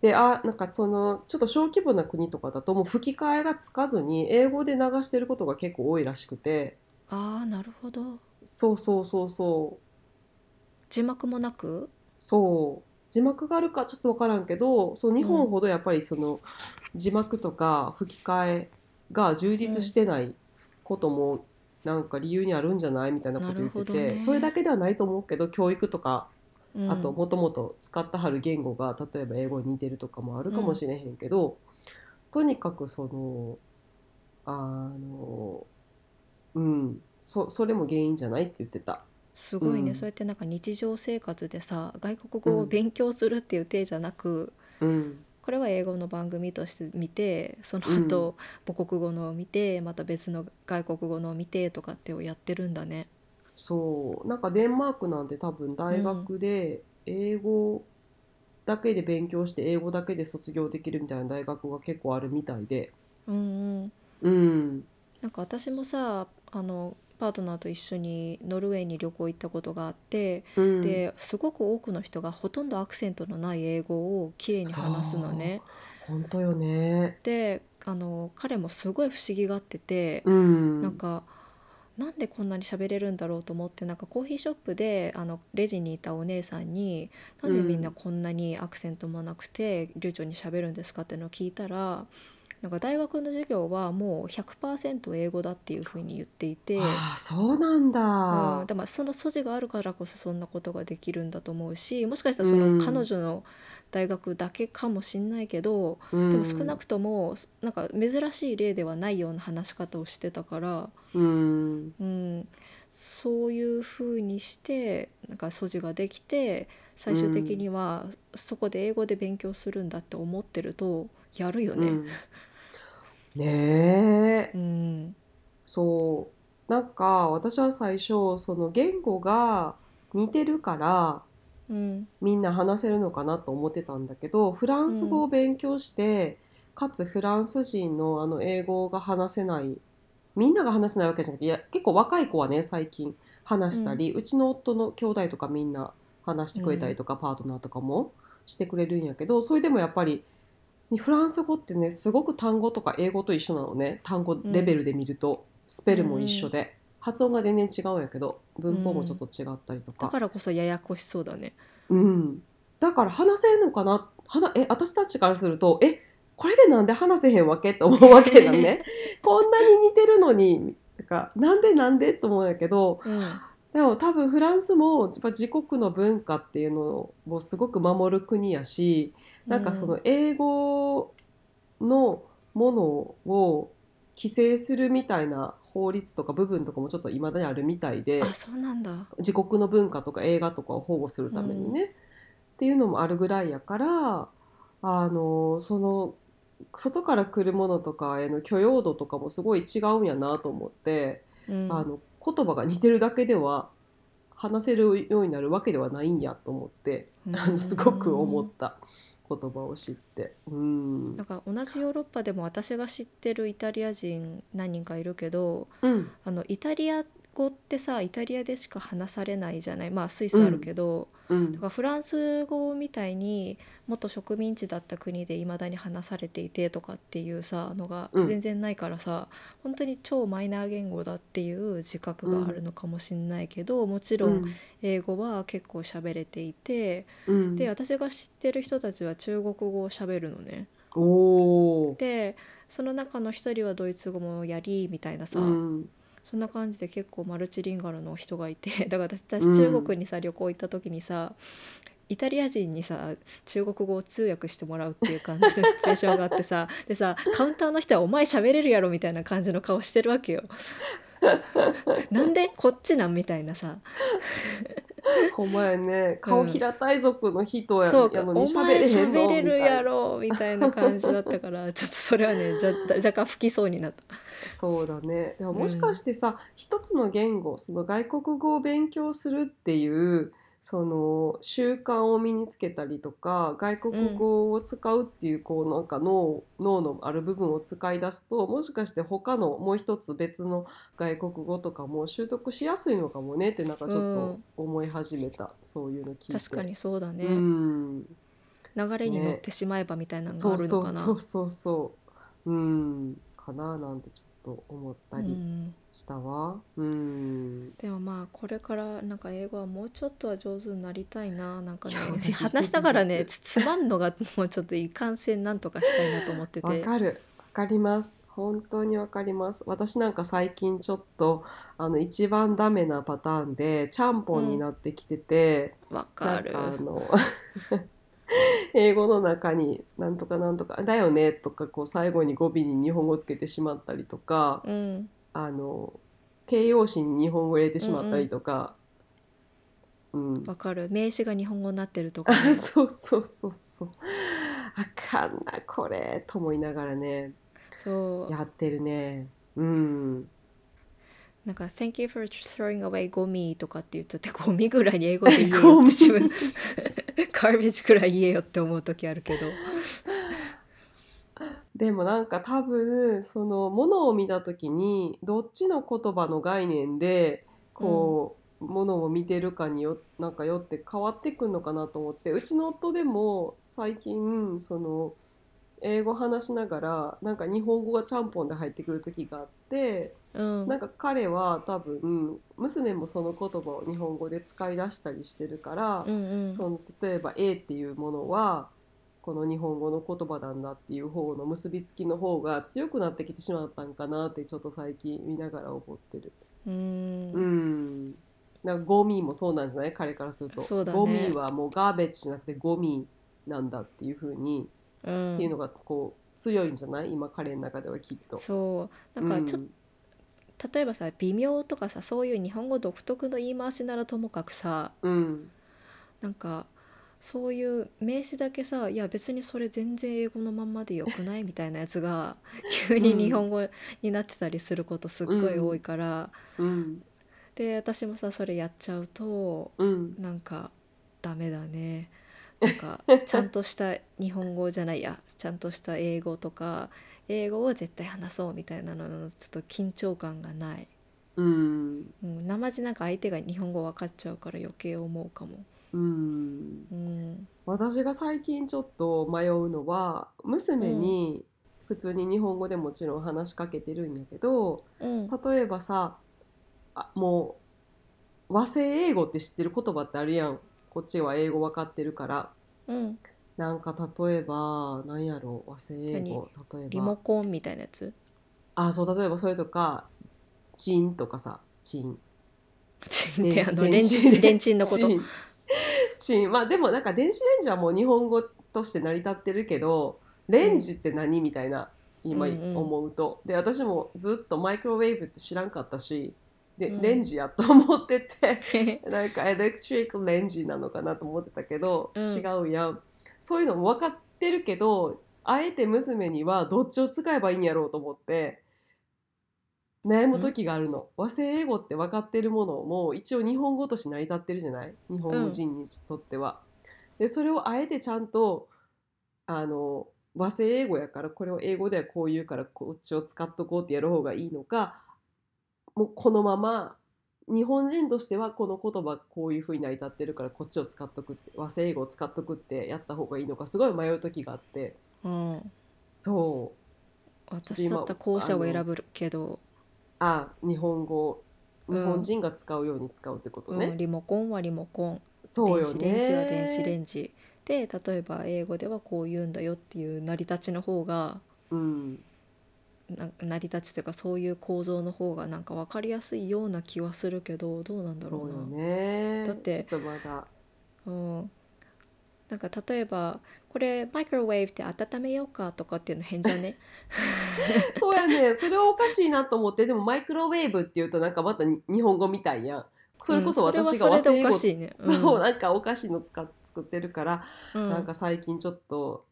であなんかそのちょっと小規模な国とかだともう吹き替えがつかずに英語で流してることが結構多いらしくて
ああなるほど
そうそうそうそう
字幕もなく
そう字幕があるかちょっと分からんけどそう日本ほどやっぱりその字幕とか吹き替えが充実してないこともなんか理由にあるんじゃないみたいなこと言っ
なるほ
てて、
どね
それだけではないと思うけど教育とかあと
も
もともと使ってはる言語が例えば英語に似てるとかもあるかもしれへんけど、とにかくそのあのうんそそれも原因じゃないって言ってた。
すごいね、
うん
そうやってなんか日常生活でさ外国語を勉強するっていう体じゃなく、
うん
これは英語の番組として見てその後、母国語のを見てまた別の外国語のを見てとかってをやってるんだね
そうなんかデンマークなんて多分大学で英語だけで勉強して英語だけで卒業できるみたいな大学が結構あるみたいで。
うんうん
うん、
なんか私もさあのパートナーと一緒にノルウェーに旅行行ったことがあって、
うん、
ですごく多くの人がほとんどアクセントのない英語をきれいに話すのね。
本当よね。
であの彼もすごい不思議がってて、
うん、
なんかなんでこんなに喋れるんだろうと思ってなんかコーヒーショップであのレジにいたお姉さんに「なんでみんなこんなにアクセントもなくて流暢に喋るんですか?」っていうのを聞いたらなんか大学の授業はもう100%英語だっていうふうに言っていて。
ああそうなん
うん、
だ。
でもその素地があるからこそそんなことができるんだと思うしもしかしたらその彼女の大学だけかもしんないけど、
うん
でも少なくともなんか珍しい例ではないような話し方をしてたから、
うん
うん、そういう風にしてなんか素地ができて最終的にはそこで英語で勉強するんだって思ってるとやるよ
う
ね。
んねえ
うん、
そうなんか私は最初その言語が似てるから
うん、
みんな話せるのかなと思ってたんだけどフランス語を勉強して、かつフランス人のあの英語が話せないみんなが話せないわけじゃなくていや結構若い子はね最近話したり、うちの夫の兄弟とかみんな話してくれたりとか、パートナーとかもしてくれるんやけどそれでもやっぱりフランス語ってねすごく単語とか英語と一緒なのね単語レベルで見ると、スペルも一緒で、発音が全然違うんやけど文法もちょっと違ったりとか
だ。からこそややこしそうだね。
うん、だから話せんのかなはなえ私たちからするとえこれでなんで話せへんわけって思うわけだねこんなに似てるのになんかなんでなんでと思うんだけど
うん、
でも多分フランスもやっぱ自国の文化っていうのをすごく守る国やしなんかその英語のものを規制するみたいな法律とか部分とかもちょっといまだにあるみたいで
あそうなんだ。
自国の文化とか映画とかを保護するためにね、っていうのもあるぐらいやからあのその外から来るものとかへの許容度とかもすごい違うんやなと思って、
うん
あの言葉が似てるだけでは話せるようになるわけではないんやと思って、あ
う
の
ん
すごく思った言葉を知って。うん
なんか同じヨーロッパでも私が知ってるイタリア人何人かいるけど
うん
あのイタリア語ってさイタリアでしか話されないじゃないまあスイスあるけど、
うん
だからフランス語みたいに元植民地だった国でいまだに話されていてとかっていうさのが
うん
全然ないからさ、本当に超マイナー言語だっていう自覚があるのかもしんないけど、もちろん英語は結構喋れていて、
うん
で私が知ってる人たちは中国語を喋るのね。
おー
でその中の一人はドイツ語もやりみたいなさ、
うん
そんな感じで結構マルチリンガルの人がいて *laughs* だから私
うん
私中国にさ、旅行行った時にさイタリア人にさ中国語を通訳してもらうっていう感じのシチュエーションがあってさ *laughs* でさカウンターの人は「お前喋れるやろ」みたいな感じの顔してるわけ
*laughs*
よ。なんでこっちなんみたいなさ
*laughs* ほんまやね顔平たい族の人や,、
そうか
やの
お
に喋
前
れへんの
喋れる
みたい
や
な
ろみたいな感じだったからちょっとそれはねじゃ若干吹きそうになった。
そうだねでももしかしてさ、一つの言語その外国語を勉強するっていうその習慣を身につけたりとか外国語を使うっていう、こうなんか脳脳のある部分を使い出すともしかして他のもう一つ別の外国語とかも習得しやすいのかもねってなんかちょっと思い始めた、そういうの聞いて。
確かにそうだね、
うん
流れに乗ってしまえばみたいなのがあるのかな。
そうそうそうそううんかななんてちょっと思った
う
り
ん
したわうん、
でもまあこれからなんか英語はもうちょっとは上手になりたいななんかね
いや同じ
話しながらねつ
事
つまんのがもうちょっといかんせんなんとかしたいなと思って
わ
て
かるわかります本当にわかります私なんか最近ちょっとあの一番ダメなパターンでちゃんぽんになってきてて、
わかる
なんかあの *laughs* 英語の中に「なんとかなんとかだよね」とかこう最後に語尾に日本語つけてしまったりとか、
うん
あの形容詞に日本語を入れてしまったりとか、うん
わかる名詞が日本語になってるとかね、
*laughs* そうそうそうそうあかんなこれと思いながらね
そう
やってるねうん
なんか「Thank you for throwing away ゴミ」とかって言っちゃってゴミぐらいに英語で言えよ
ゴ
って
ミ
自分 garbage ぐらい言えよって思う時あるけど
でもなんか多分そのものを見た時にどっちの言葉の概念でこう、ものを見てるかによなんかよって変わってくるのかなと思ってうちの夫でも最近その英語話しながらなんか日本語がちゃんぽんで入ってくる時があって
うん
なんか彼は多分娘もその言葉を日本語で使い出したりしてるから
う、んうん
その例えば「A」っていうものはこの日本語の言葉なんだっていう方の結びつきの方が強くなってきてしまったんかなってちょっと最近見ながら思ってる。
う
うんんなんかゴミもそうなんじゃない彼からすると、
そうだね
ゴミはもうガーベッジじゃなくてゴミなんだっていうふうに、
うん
っていうのがこう強いんじゃない今彼の中ではきっと。
そうなんかちょっ
っ
と、例えばさ「微妙」とかさそういう日本語独特の言い回しならともかくさ
と、うん
なんかそういう名詞だけさ「いや別にそれ全然英語のまんまでよくない?」みたいなやつが *laughs* 急に日本語になってたりすることすっごい多いから、
うん
で私もさそれやっちゃうと
うん
なんかダメだね。なん
*laughs*
かちゃんとした日本語じゃないやちゃんとした英語とか英語を絶対話そうみたいなののちょっと緊張感がない
うん
うん、なまじなんか相手が日本語分かっちゃうから余計思うかも。
うん
うん、
私が最近ちょっと迷うのは娘に普通に日本語でもちろん話しかけてるんやけど
うん、
例えばさあもう和製英語って知ってる言葉ってあるやんこっちは英語わかってるから
うん、
なんか例えばなんやろ和製英語例えば
リモコンみたいなやつ。
あそう例えばそれとか「チン」とかさ「チン」
で、 *laughs* あのレンチン、レンチンのこ
チ
と。
ンチンまあでもなんか電子レンジはもう日本語として成り立ってるけどレンジって何、みたいな今
うんうん
思うと、で私もずっとマイクロウェーブって知らんかったしで、
うん
レンジやと思ってて *laughs* なんかエレクトリックレンジなのかなと思ってたけど、
うん
違うやんそういうのも分かってるけどあえて娘にはどっちを使えばいいんやろうと思って。悩む時があるの和製英語って分かってるものも一応日本語として成り立ってるじゃない日本語人にとっては。でそれをあえてちゃんとあの和製英語やからこれを英語ではこう言うからこっちを使っとこうってやる方がいいのかもうこのまま日本人としてはこの言葉こういうふうに成り立ってるからこっちを使っとくって和製英語を使っとくってやった方がいいのかすごい迷う時があって
*laughs* うん、
そう
私だったら後者を選ぶけど、
あ日本語
うん
日本人が使うように使うってことね、
うん、リモコンはリモコン、
そう
電
よ
子レ
ね
ンジは電子レンジ。で、例えば英語ではこう言うんだよっていう成り立ちの方が。
うん
な成り立ちというかそういう構造の方がなんか分かりやすいような気はするけどどうなんだろ
そうう
な
よね
だって
ちょっとまだ
うん、なんか例えばこれマイクロウェーブって温めようかとかっていうの変じゃね
そうやねそれはおかしいなと思ってでもマイクロウェーブって言うとなんかまたに日本語みたいやん *laughs* それこそ私が
うん
和
そ
製
れ
英
は
語、
それでおかしいね、
そうなんかおかしいの使っ作ってるから、
うん、
なんか最近ちょっと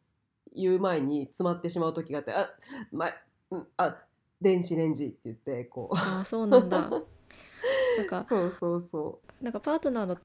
言う前に詰まってしまう時があって「あ,、ま、うんあ電子レンジ」って言ってこ
うんあーそうなんだなん
う
か
*laughs* そうそうそ
なんかパートナーの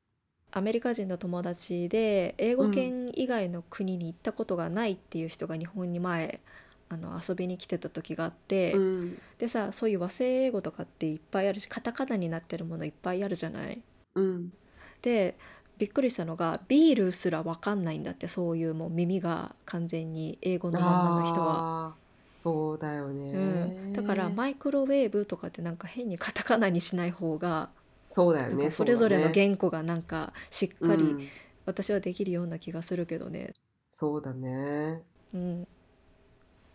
アメリカ人の友達で英語圏以外の国に行ったことがないっていう人が日本に前あの遊びに来てた時があって、
う、うん
でさそういう和製英語とかっていっぱいあるしカタカナになってるものいっぱいあるじゃない
うん、
でびっくりしたのがビールすらわかんないんだってそういうもう耳が完全に英語のまんまの人は。
あーそうだよね、
うん、だからマイクロウェーブとかってなんか変にカタカナにしない方が
そうだ
な
よ
んか
ね
それぞれの
やっ
言語がなんかしっかり私はできるような気がするけどね、
そうだね
うん、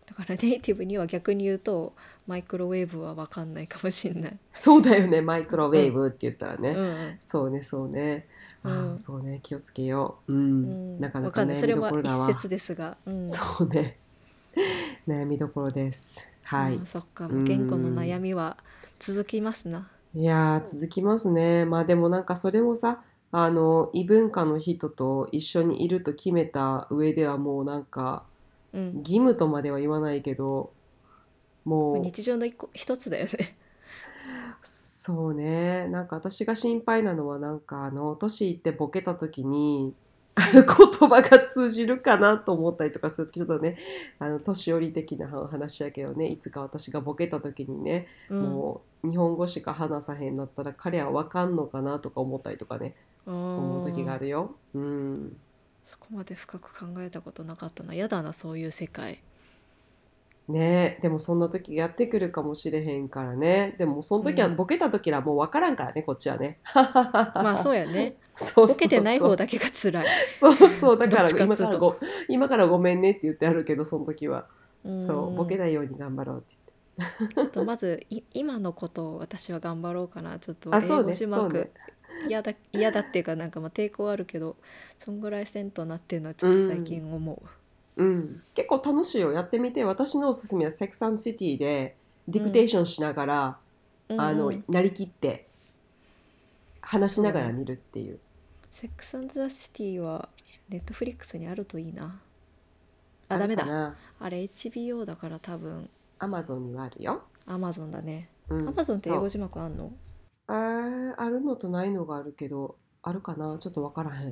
だからネイティブには逆に言うとマイクロウェーブは分かんないかもしんない。
そうだよねマイクロウェーブって言ったらね、
うん
そうねそうねあー
うん
そうね気をつけよう、う
うんん、
なかな
わ
か
かんない
悩
そ
み
れ
どこ
は
ろだわ
一説ですが、うん、
そうね *laughs* 悩みどころですはい、
ああそっかもう言語の悩みは続きますな。
いやー続きますねまあでもなんかそれもさあの異文化の人と一緒にいると決めた上ではもうなんか
うん、
義務とまでは言わないけどもう
日常の一個一つだよ
*laughs*
ね。
そうねなんか私が心配なのはなんかあの年いってボケた時にあの *laughs* 言葉が通じるかなと思ったりとかするちょっとねあの年寄り的な話やけどねいつか私がボケた時にね、もう日本語しか話さへんだったら彼は分かんのかなとか思ったりとかね
うん、
思う時があ
る。
るよ。うん *laughs*
そこまで深く考えたことなかったな。やだなそういう世界。
ねえでもそんな時やってくるかもしれへんからねでもその時は、
うん
ボケた時はもう分からんからねこっちはね
ま
ま
あそうやね。
*laughs* そう
ボケてない方
だ
だけが辛い。
そうそうだ
ど
か
っ
ら
ちかっつ
今
うと
からご今からごめんねって言ってあるけどその時は *laughs* そうボケ
だ
ないように頑張ろうって
ちょっとまずい今のことを私は頑張ろうかな。ちょっと
言ってあ
英
そう
語
ね
字
そうね
幕嫌だ嫌だっていうかなんかまあ抵抗あるけど、そんぐらいせんとなってるのはちょっと最近思う。
うん、結構楽しいよやってみて私のおすすめは「セクサンシティ」でディクテーションしながら、
うん
あの
うん
なりきって話しながら見るっていう
セックスアンドザシティはネットフリックスにあるといいな。あ
る
ダメ
か
だ。
な
あれ HBO だから多分
アマゾンにはあるよ、
Amazon だね。
うん、
Amazon って英
そう
語字幕あんの？
あーあるのとないのがあるけどあるかなちょっと分からへん、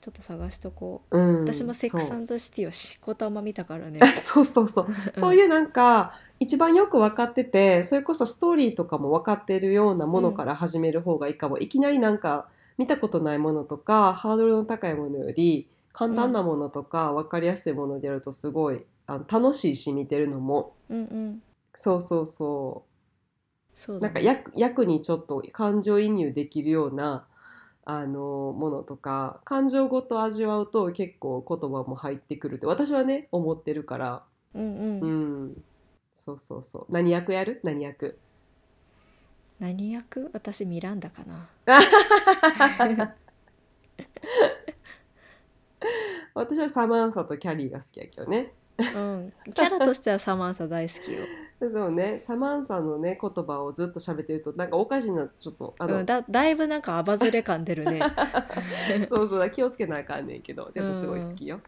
ちょっと探しとこう。
うん、
私もセックスア
そう
ンドザシティはしこたま見たから
*laughs*
ね。
そうそうそうそういうなんか一番よく分かっててそれこそストーリーとかも分かってるようなものから始める方がいいかも、いきなりなんか見たことないものとかハードルの高いものより簡単なものとか分かりやすいものでやるとすごいあの楽しいし見てるのも
うんうん。
そうそうそ
そう
う
だ
なんか
ね。
役役にちょっと感情移入できるようなあのものとか感情ごと味わうと結構言葉も入ってくるって私はね思ってるから。
うんう。
うんん、そうそうそう。何役やる？何役？
何役？私ミランダか
*laughs*
な。
私はサマンサとキャリーが好きやけどね。
うん。キャラとしてはサマンサ大好きよ。
そうね。サマンサのね言葉をずっと喋ってるとなんかおかしなちょっとあの、
うん。だだいぶなんかアバズレ感出る
*laughs*
ね。 *laughs*
そうそうだ気をつけなあかんねんけどでもすごい好きよ。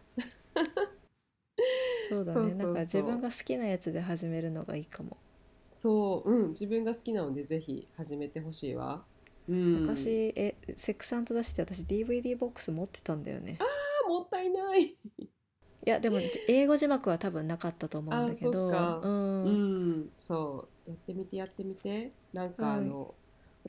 そうだね。
そうそうそう
なんか自分が好きなやつで始めるのがいいかも。
そううん自分が好きなのでぜひ始めてほしいわ。うん、
昔えセックスアンドザシティ私 DVD ボックス持ってたんだよね。
あもったいない。
いやで
*laughs*
もじ英語字幕は多分なかったと思うんだけど、
あそっか
うん
う、ん、そうやってみてやってみてなんか
はい
あの、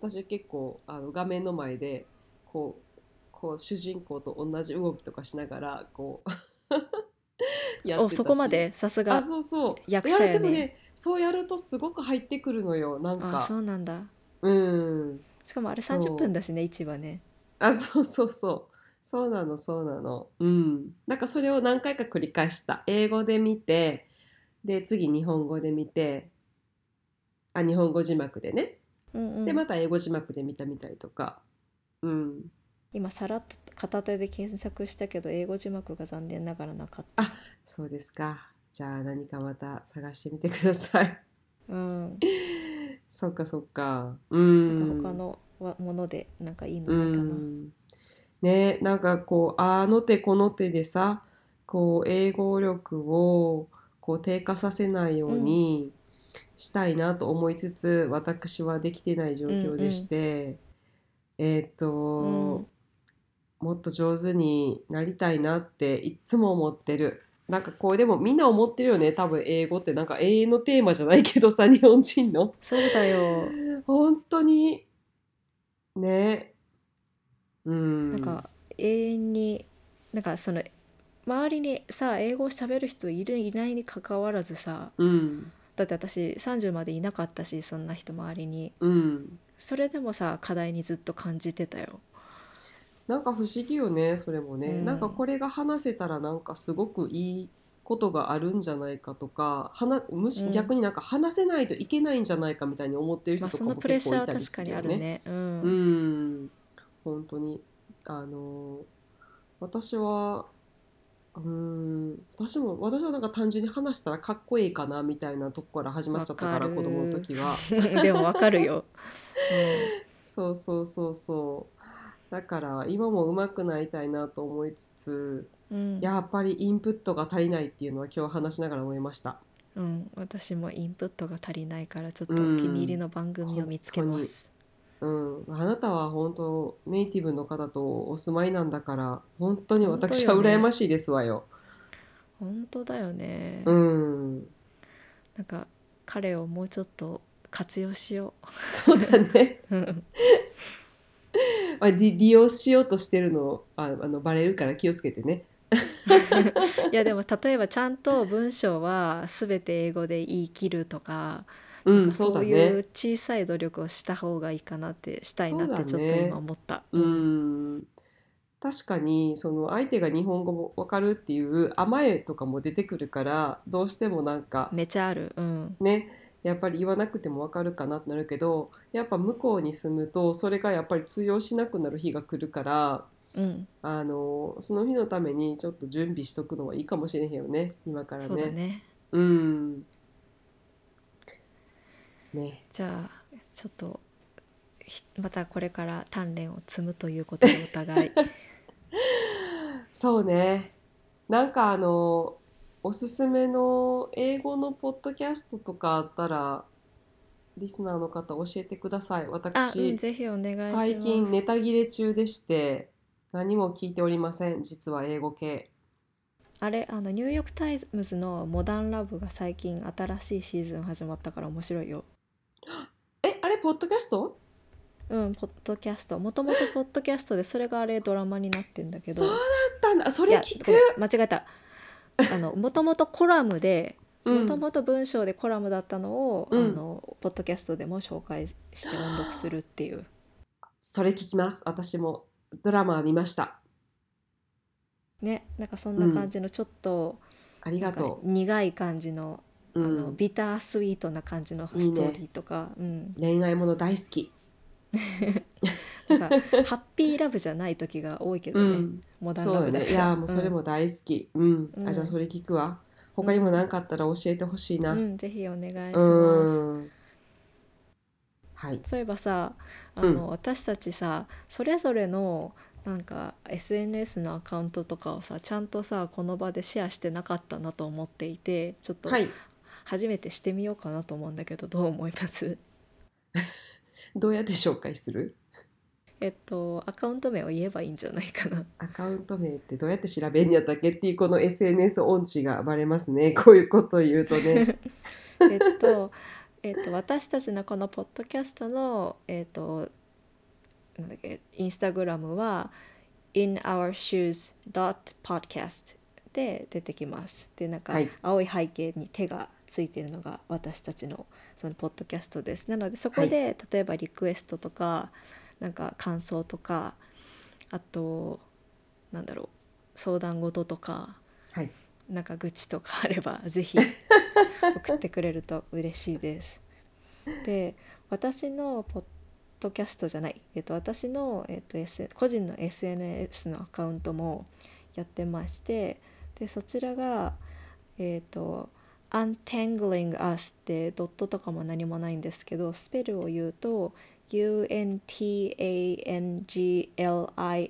私結構あの画面の前でこうこう主人公と同じ動きとかしながらこ *laughs* うや
お
たし
そこまでさす
あ
が
そうそう
役者やね
いでもねそうやるとすごく入ってくるのよなん
あそ
か
うなんだ
うん
しかもあれ
そう
30分だしね一話ね
あそうそうそうそうなのそうなのうんなんかそれを何回か繰り返した英語で見てで次日本語で見てあ日本語字幕でね
うんうん
でまた英語字幕で見たみたりとかうん
今さらっと片手で検索したけど英語字幕が残念ながらなかっ
そうですかじゃあ何かまた探してみてください *laughs*
たうん
そっかそっかう
なん
ん
か他のわものでなんかいいの
う
ないかな、
んねなんかこうあの手この手でさこう英語力をこう低下させないようにしたいなと思いつつ、私はできてない状況でして、えーっと、
うん
もっと上手になりたいなっていつも思ってる。なんかこうでもみんな思ってるよね多分英語ってなんか永遠のテーマじゃないけどさ *laughs* 日本人の。
そうだよ
本当にねうん
なんか永遠になんかその周りにさ英語を喋る人いるいないにかかわらずさ
うん
だって私30までいなかったしそんな人周りに
うん
それでもさ課題にずっと感じてたよ
なんか不思議よねそれもね、
うん
なんかこれが話せたらなんかすごくいいことがあるんじゃないかとか話むし、
うん
逆になんか話せないといけないんじゃないかみたいに思ってる
まあ
人と
そ
か
の
も
プレッシ
結
ャーは
構いたり
確
す
か
る
にあ
よ
る
ね。
ねう
うんん本当にあの私はうん私も私はなんか単純に話したらかっこいいかなみたいなとこから始まっちゃったから
わかる
子供の時は
*laughs* でもわかるよ、
そうそうそうそうだから今も上手くなりたいなと思いつつ
うんうん
*laughs* やっぱりインプットが足りないっていうのは今日話しながら思いました
うん、私もインプットが足りないからちょっとお気
うん
に入りの番組を見つけます、
うんあなたは本当ネイティブの方とお住まいなんだから本当に私は
本当よね
羨ましいですわよ
本当だよね、
うん
なんか彼をもうちょっと活用しよ
そうだね
ううん
あ利利用しようとしてるのああのバレるから気をつけてね
いやでも例えばちゃんと文章は全て英語で言い切るとか、
う
なん
ん、
か
そう
そ
だ
うい
ね
う。小さい努力をした方がいいかなってしたいなってち
そ
ょ
う
っ
だ
と
ね
今思った。
うん。確かにその相手が日本語もわかるっていう甘えとかも出てくるからどうしてもなんか
めちゃある。うん。
ねやっぱり言わなくてもわかるかなってなるけどやっぱ向こうに住むとそれがやっぱり通用しなくなる日が来るから
うん。
あのその日のためにちょっと準備しとくのはいいかもしれへんよね今から
そうだね。
うん。ね。
じゃあちょっとひまたこれから鍛錬を積むということでお
*laughs*
互い。
そうね。なんかあの、おすすめの英語のポッドキャストとかあったら、リスナーの方教えてください。
あ、う
私、
ん、ぜひお願いします。
最近ネタ切れ中でして、何も聞いておりません。実は英語系。
あれあのニューヨーク・タイムズの「モダン・ラブ」が最近新しいシーズン始まったから面白いよ。
え、あれ、ポッドキャスト
うん、ポッドキャストもともとポッドキャストでそれがあれドラマになってんだけど
そうだったんだ。あそ
い
れ
や
聞
ごめ
く。
ん間違えたあのもともとコラムで
うん
もともと文章でコラムだったのを、
うん
あのポッドキャストでも紹介して音読するっていう
それ聞きます。私もドラマは見ました。
ねなんかそんな感じのちょっと、
あり
な
が
んか
と
苦い感じの,、
う。
あの
うん
ビタースイートな感じのストーリーとかうん、
恋愛もの大好き。 *laughs*
なんかハッピーラブじゃない時が多いけど
う
ね、
ん。
モダン
そう
ラ
だ
ブだ
ね。
か
い
ら
やーもうそれも大好き。うん。
うん
あじゃあそれ聞くわ。他にも何かあったら教えてほしいな。
う、
うん。
うんん、ぜひお願いします。
はい。
そういえばさあの、私たちさそれぞれのなんか SNS のアカウントとかをさちゃんとさこの場でシェアしてなかったなと思っていてちょっと
はい。
初めてしてみようかなと思うんだけどどう思います *laughs*
どうやって紹介する
えっとアカウント名を言えばいいんじゃないかな。
アカウント名ってどうやって調べんやったっけっていうこの SNS 音痴がバレますね。こういうこと言うと
*laughs*
ね。
えっと、えっと、私たちのこのポッドキャストの、えっと、なんだっけ、インスタグラムは。in our shoes podcast で出てきます。で、なんか
はい
青い背景に手がついてるのが私たちのそのポッドキャストです。なので、そこで、例えばリクエストとか、なんか感想とか、あと、なんだろう、相談事とか。
はい。
なんか愚痴とかあればぜひ送ってくれると嬉しいです。で私のポッドキャストじゃない、えっと、私の、えっと S、個人の SNS のアカウントもやってましてでそちらがえっと「untangling us」ってドットとかも何もないんですけどスペルを言うと「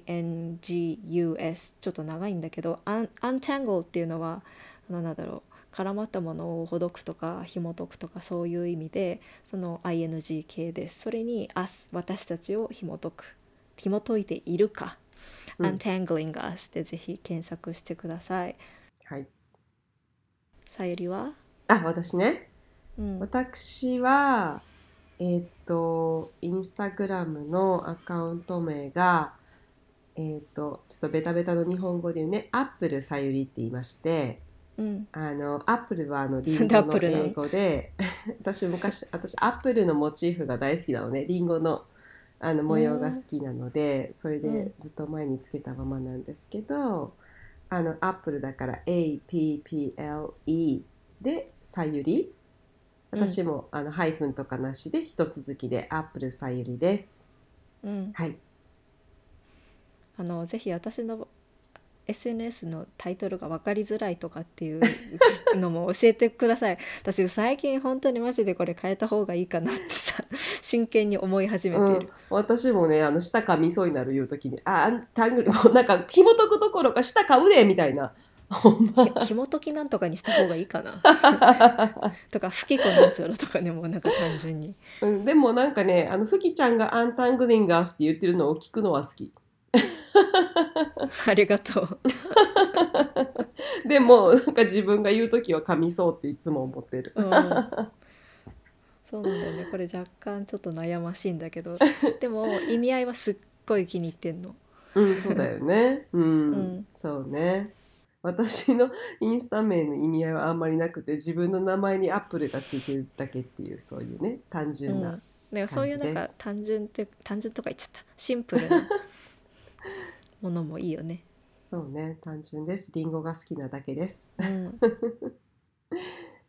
untanglingus」ちょっと長いんだけど「un- untangle」っていうのはあのなんだろう絡まったものをほどくとか紐解くとかそういう意味でその ing 系ですそれに「us」私たちを紐解く紐解いているか「
うん
untangling us」でぜひ検索してください
はい。
さゆりは
あ、私ね。
うん
私は、えーっと、インスタグラムのアカウント名が、えーっと、ちょっとベタベタの日本語で言うね、アップルさゆりって言いまして、
うん
あの、アップルはあの、リ
な
ン
んで
ゴ
アッ
の
プルなの
英語で、 *laughs* 私昔、私、アップルのモチーフが大好きなのね、リンゴの、あの、模様が好きなので、それ
う
で
ん
ずっと前につけたままなんですけど、あの、アップルだから、APPLE で、さゆり。
うん
私も、あの、ハイフンとかなしで、一続きで、アップルさゆりです。
うん
はい。
あのぜひ私の SNS のタイトルが分かりづらいとかっていうのも教えてください私最近本当にマジでこれ変えた方がいいかなってさ真剣に思い始めている、
うん、私もねあの舌噛みそうになるいう時にああんタングルもうなんか紐解くどころか舌噛むでみたいなほんま
ひ紐解きなんとかにした方がいいかなとか吹き子なんちゃらとかねもうなんか単純に
うんでもなんかねあのふきちゃんが「アンタングリンガース」って言ってるのを聞くのは好き *laughs*
ありがとう
でもなんか自分が言う時は噛みそうっていつも思ってる
うんそうなんだよねこれ若干ちょっと悩ましいんだけどでも意味合いはすっごい気に入ってんの
*laughs* うんそうだよねうん、
うん
そうね私のインスタ名の意味合いはあんまりなくて自分の名前にアップルがついてるだけっていうそういうね単純な、
うん、なんかそういうなんか
感じです
単純って単純とか言っちゃったシンプルなものもいいよね。
そうね単純ですリンゴが好きなだけです
うん、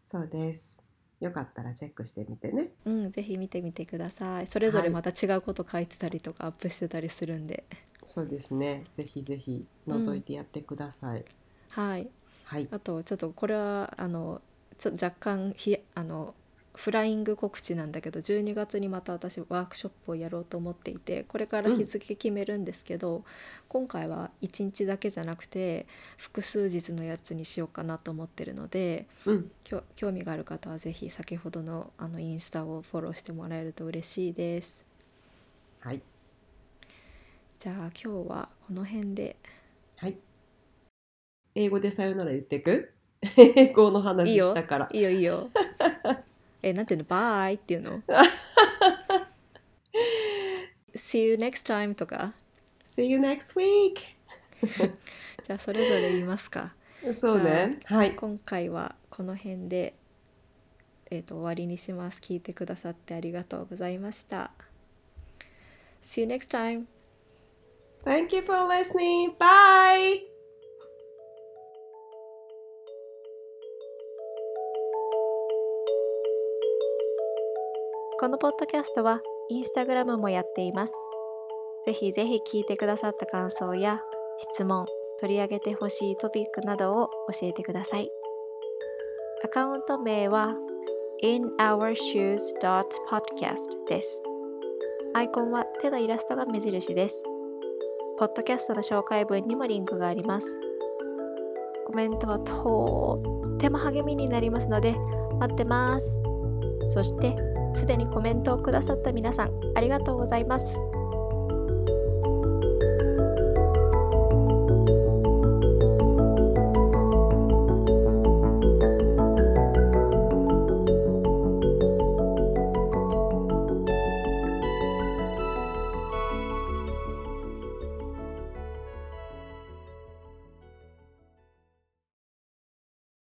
そうですよかったらチェックしてみてね
うん、ぜひ見てみてください。それぞれまた違うこと書いてたりとかアップしてたりするんで、
そうですねぜひぜひ覗いてやってください、
はい。
はい
あとちょっとこれはあのちょ若干ひあのフライング告知なんだけど12月にまた私ワークショップをやろうと思っていてこれから日付決めるんですけど、今回は1日だけじゃなくて複数日のやつにしようかなと思ってるので
うん
きょ興味がある方はぜひ先ほどのあのインスタをフォローしてもらえると嬉しいです
はい
じゃあ今日はこの辺で
はい英語でさよなら言って
*laughs*
く英語の話
いいよ
したから
いいよいいよえなんていうのバイっていうの See you next time とか
See you next week
じゃあそれぞれ言いますか
そうねはい
今回はこの辺でえっ、と終わりにします聞いてくださってありがとうございました See you next time
Thank you for listening bye
このポッドキャストはインスタグラムもやっています。ぜひぜひ聞いてくださった感想や質問、取り上げてほしいトピックなどを教えてください。アカウント名は inourshoes.podcast です。アイコンは手のイラストが目印です。ポッドキャストの紹介文にもリンクがあります。コメントはとっても励みになりますので待ってます。そしてすでにコメントをくださった皆さんありがとうございます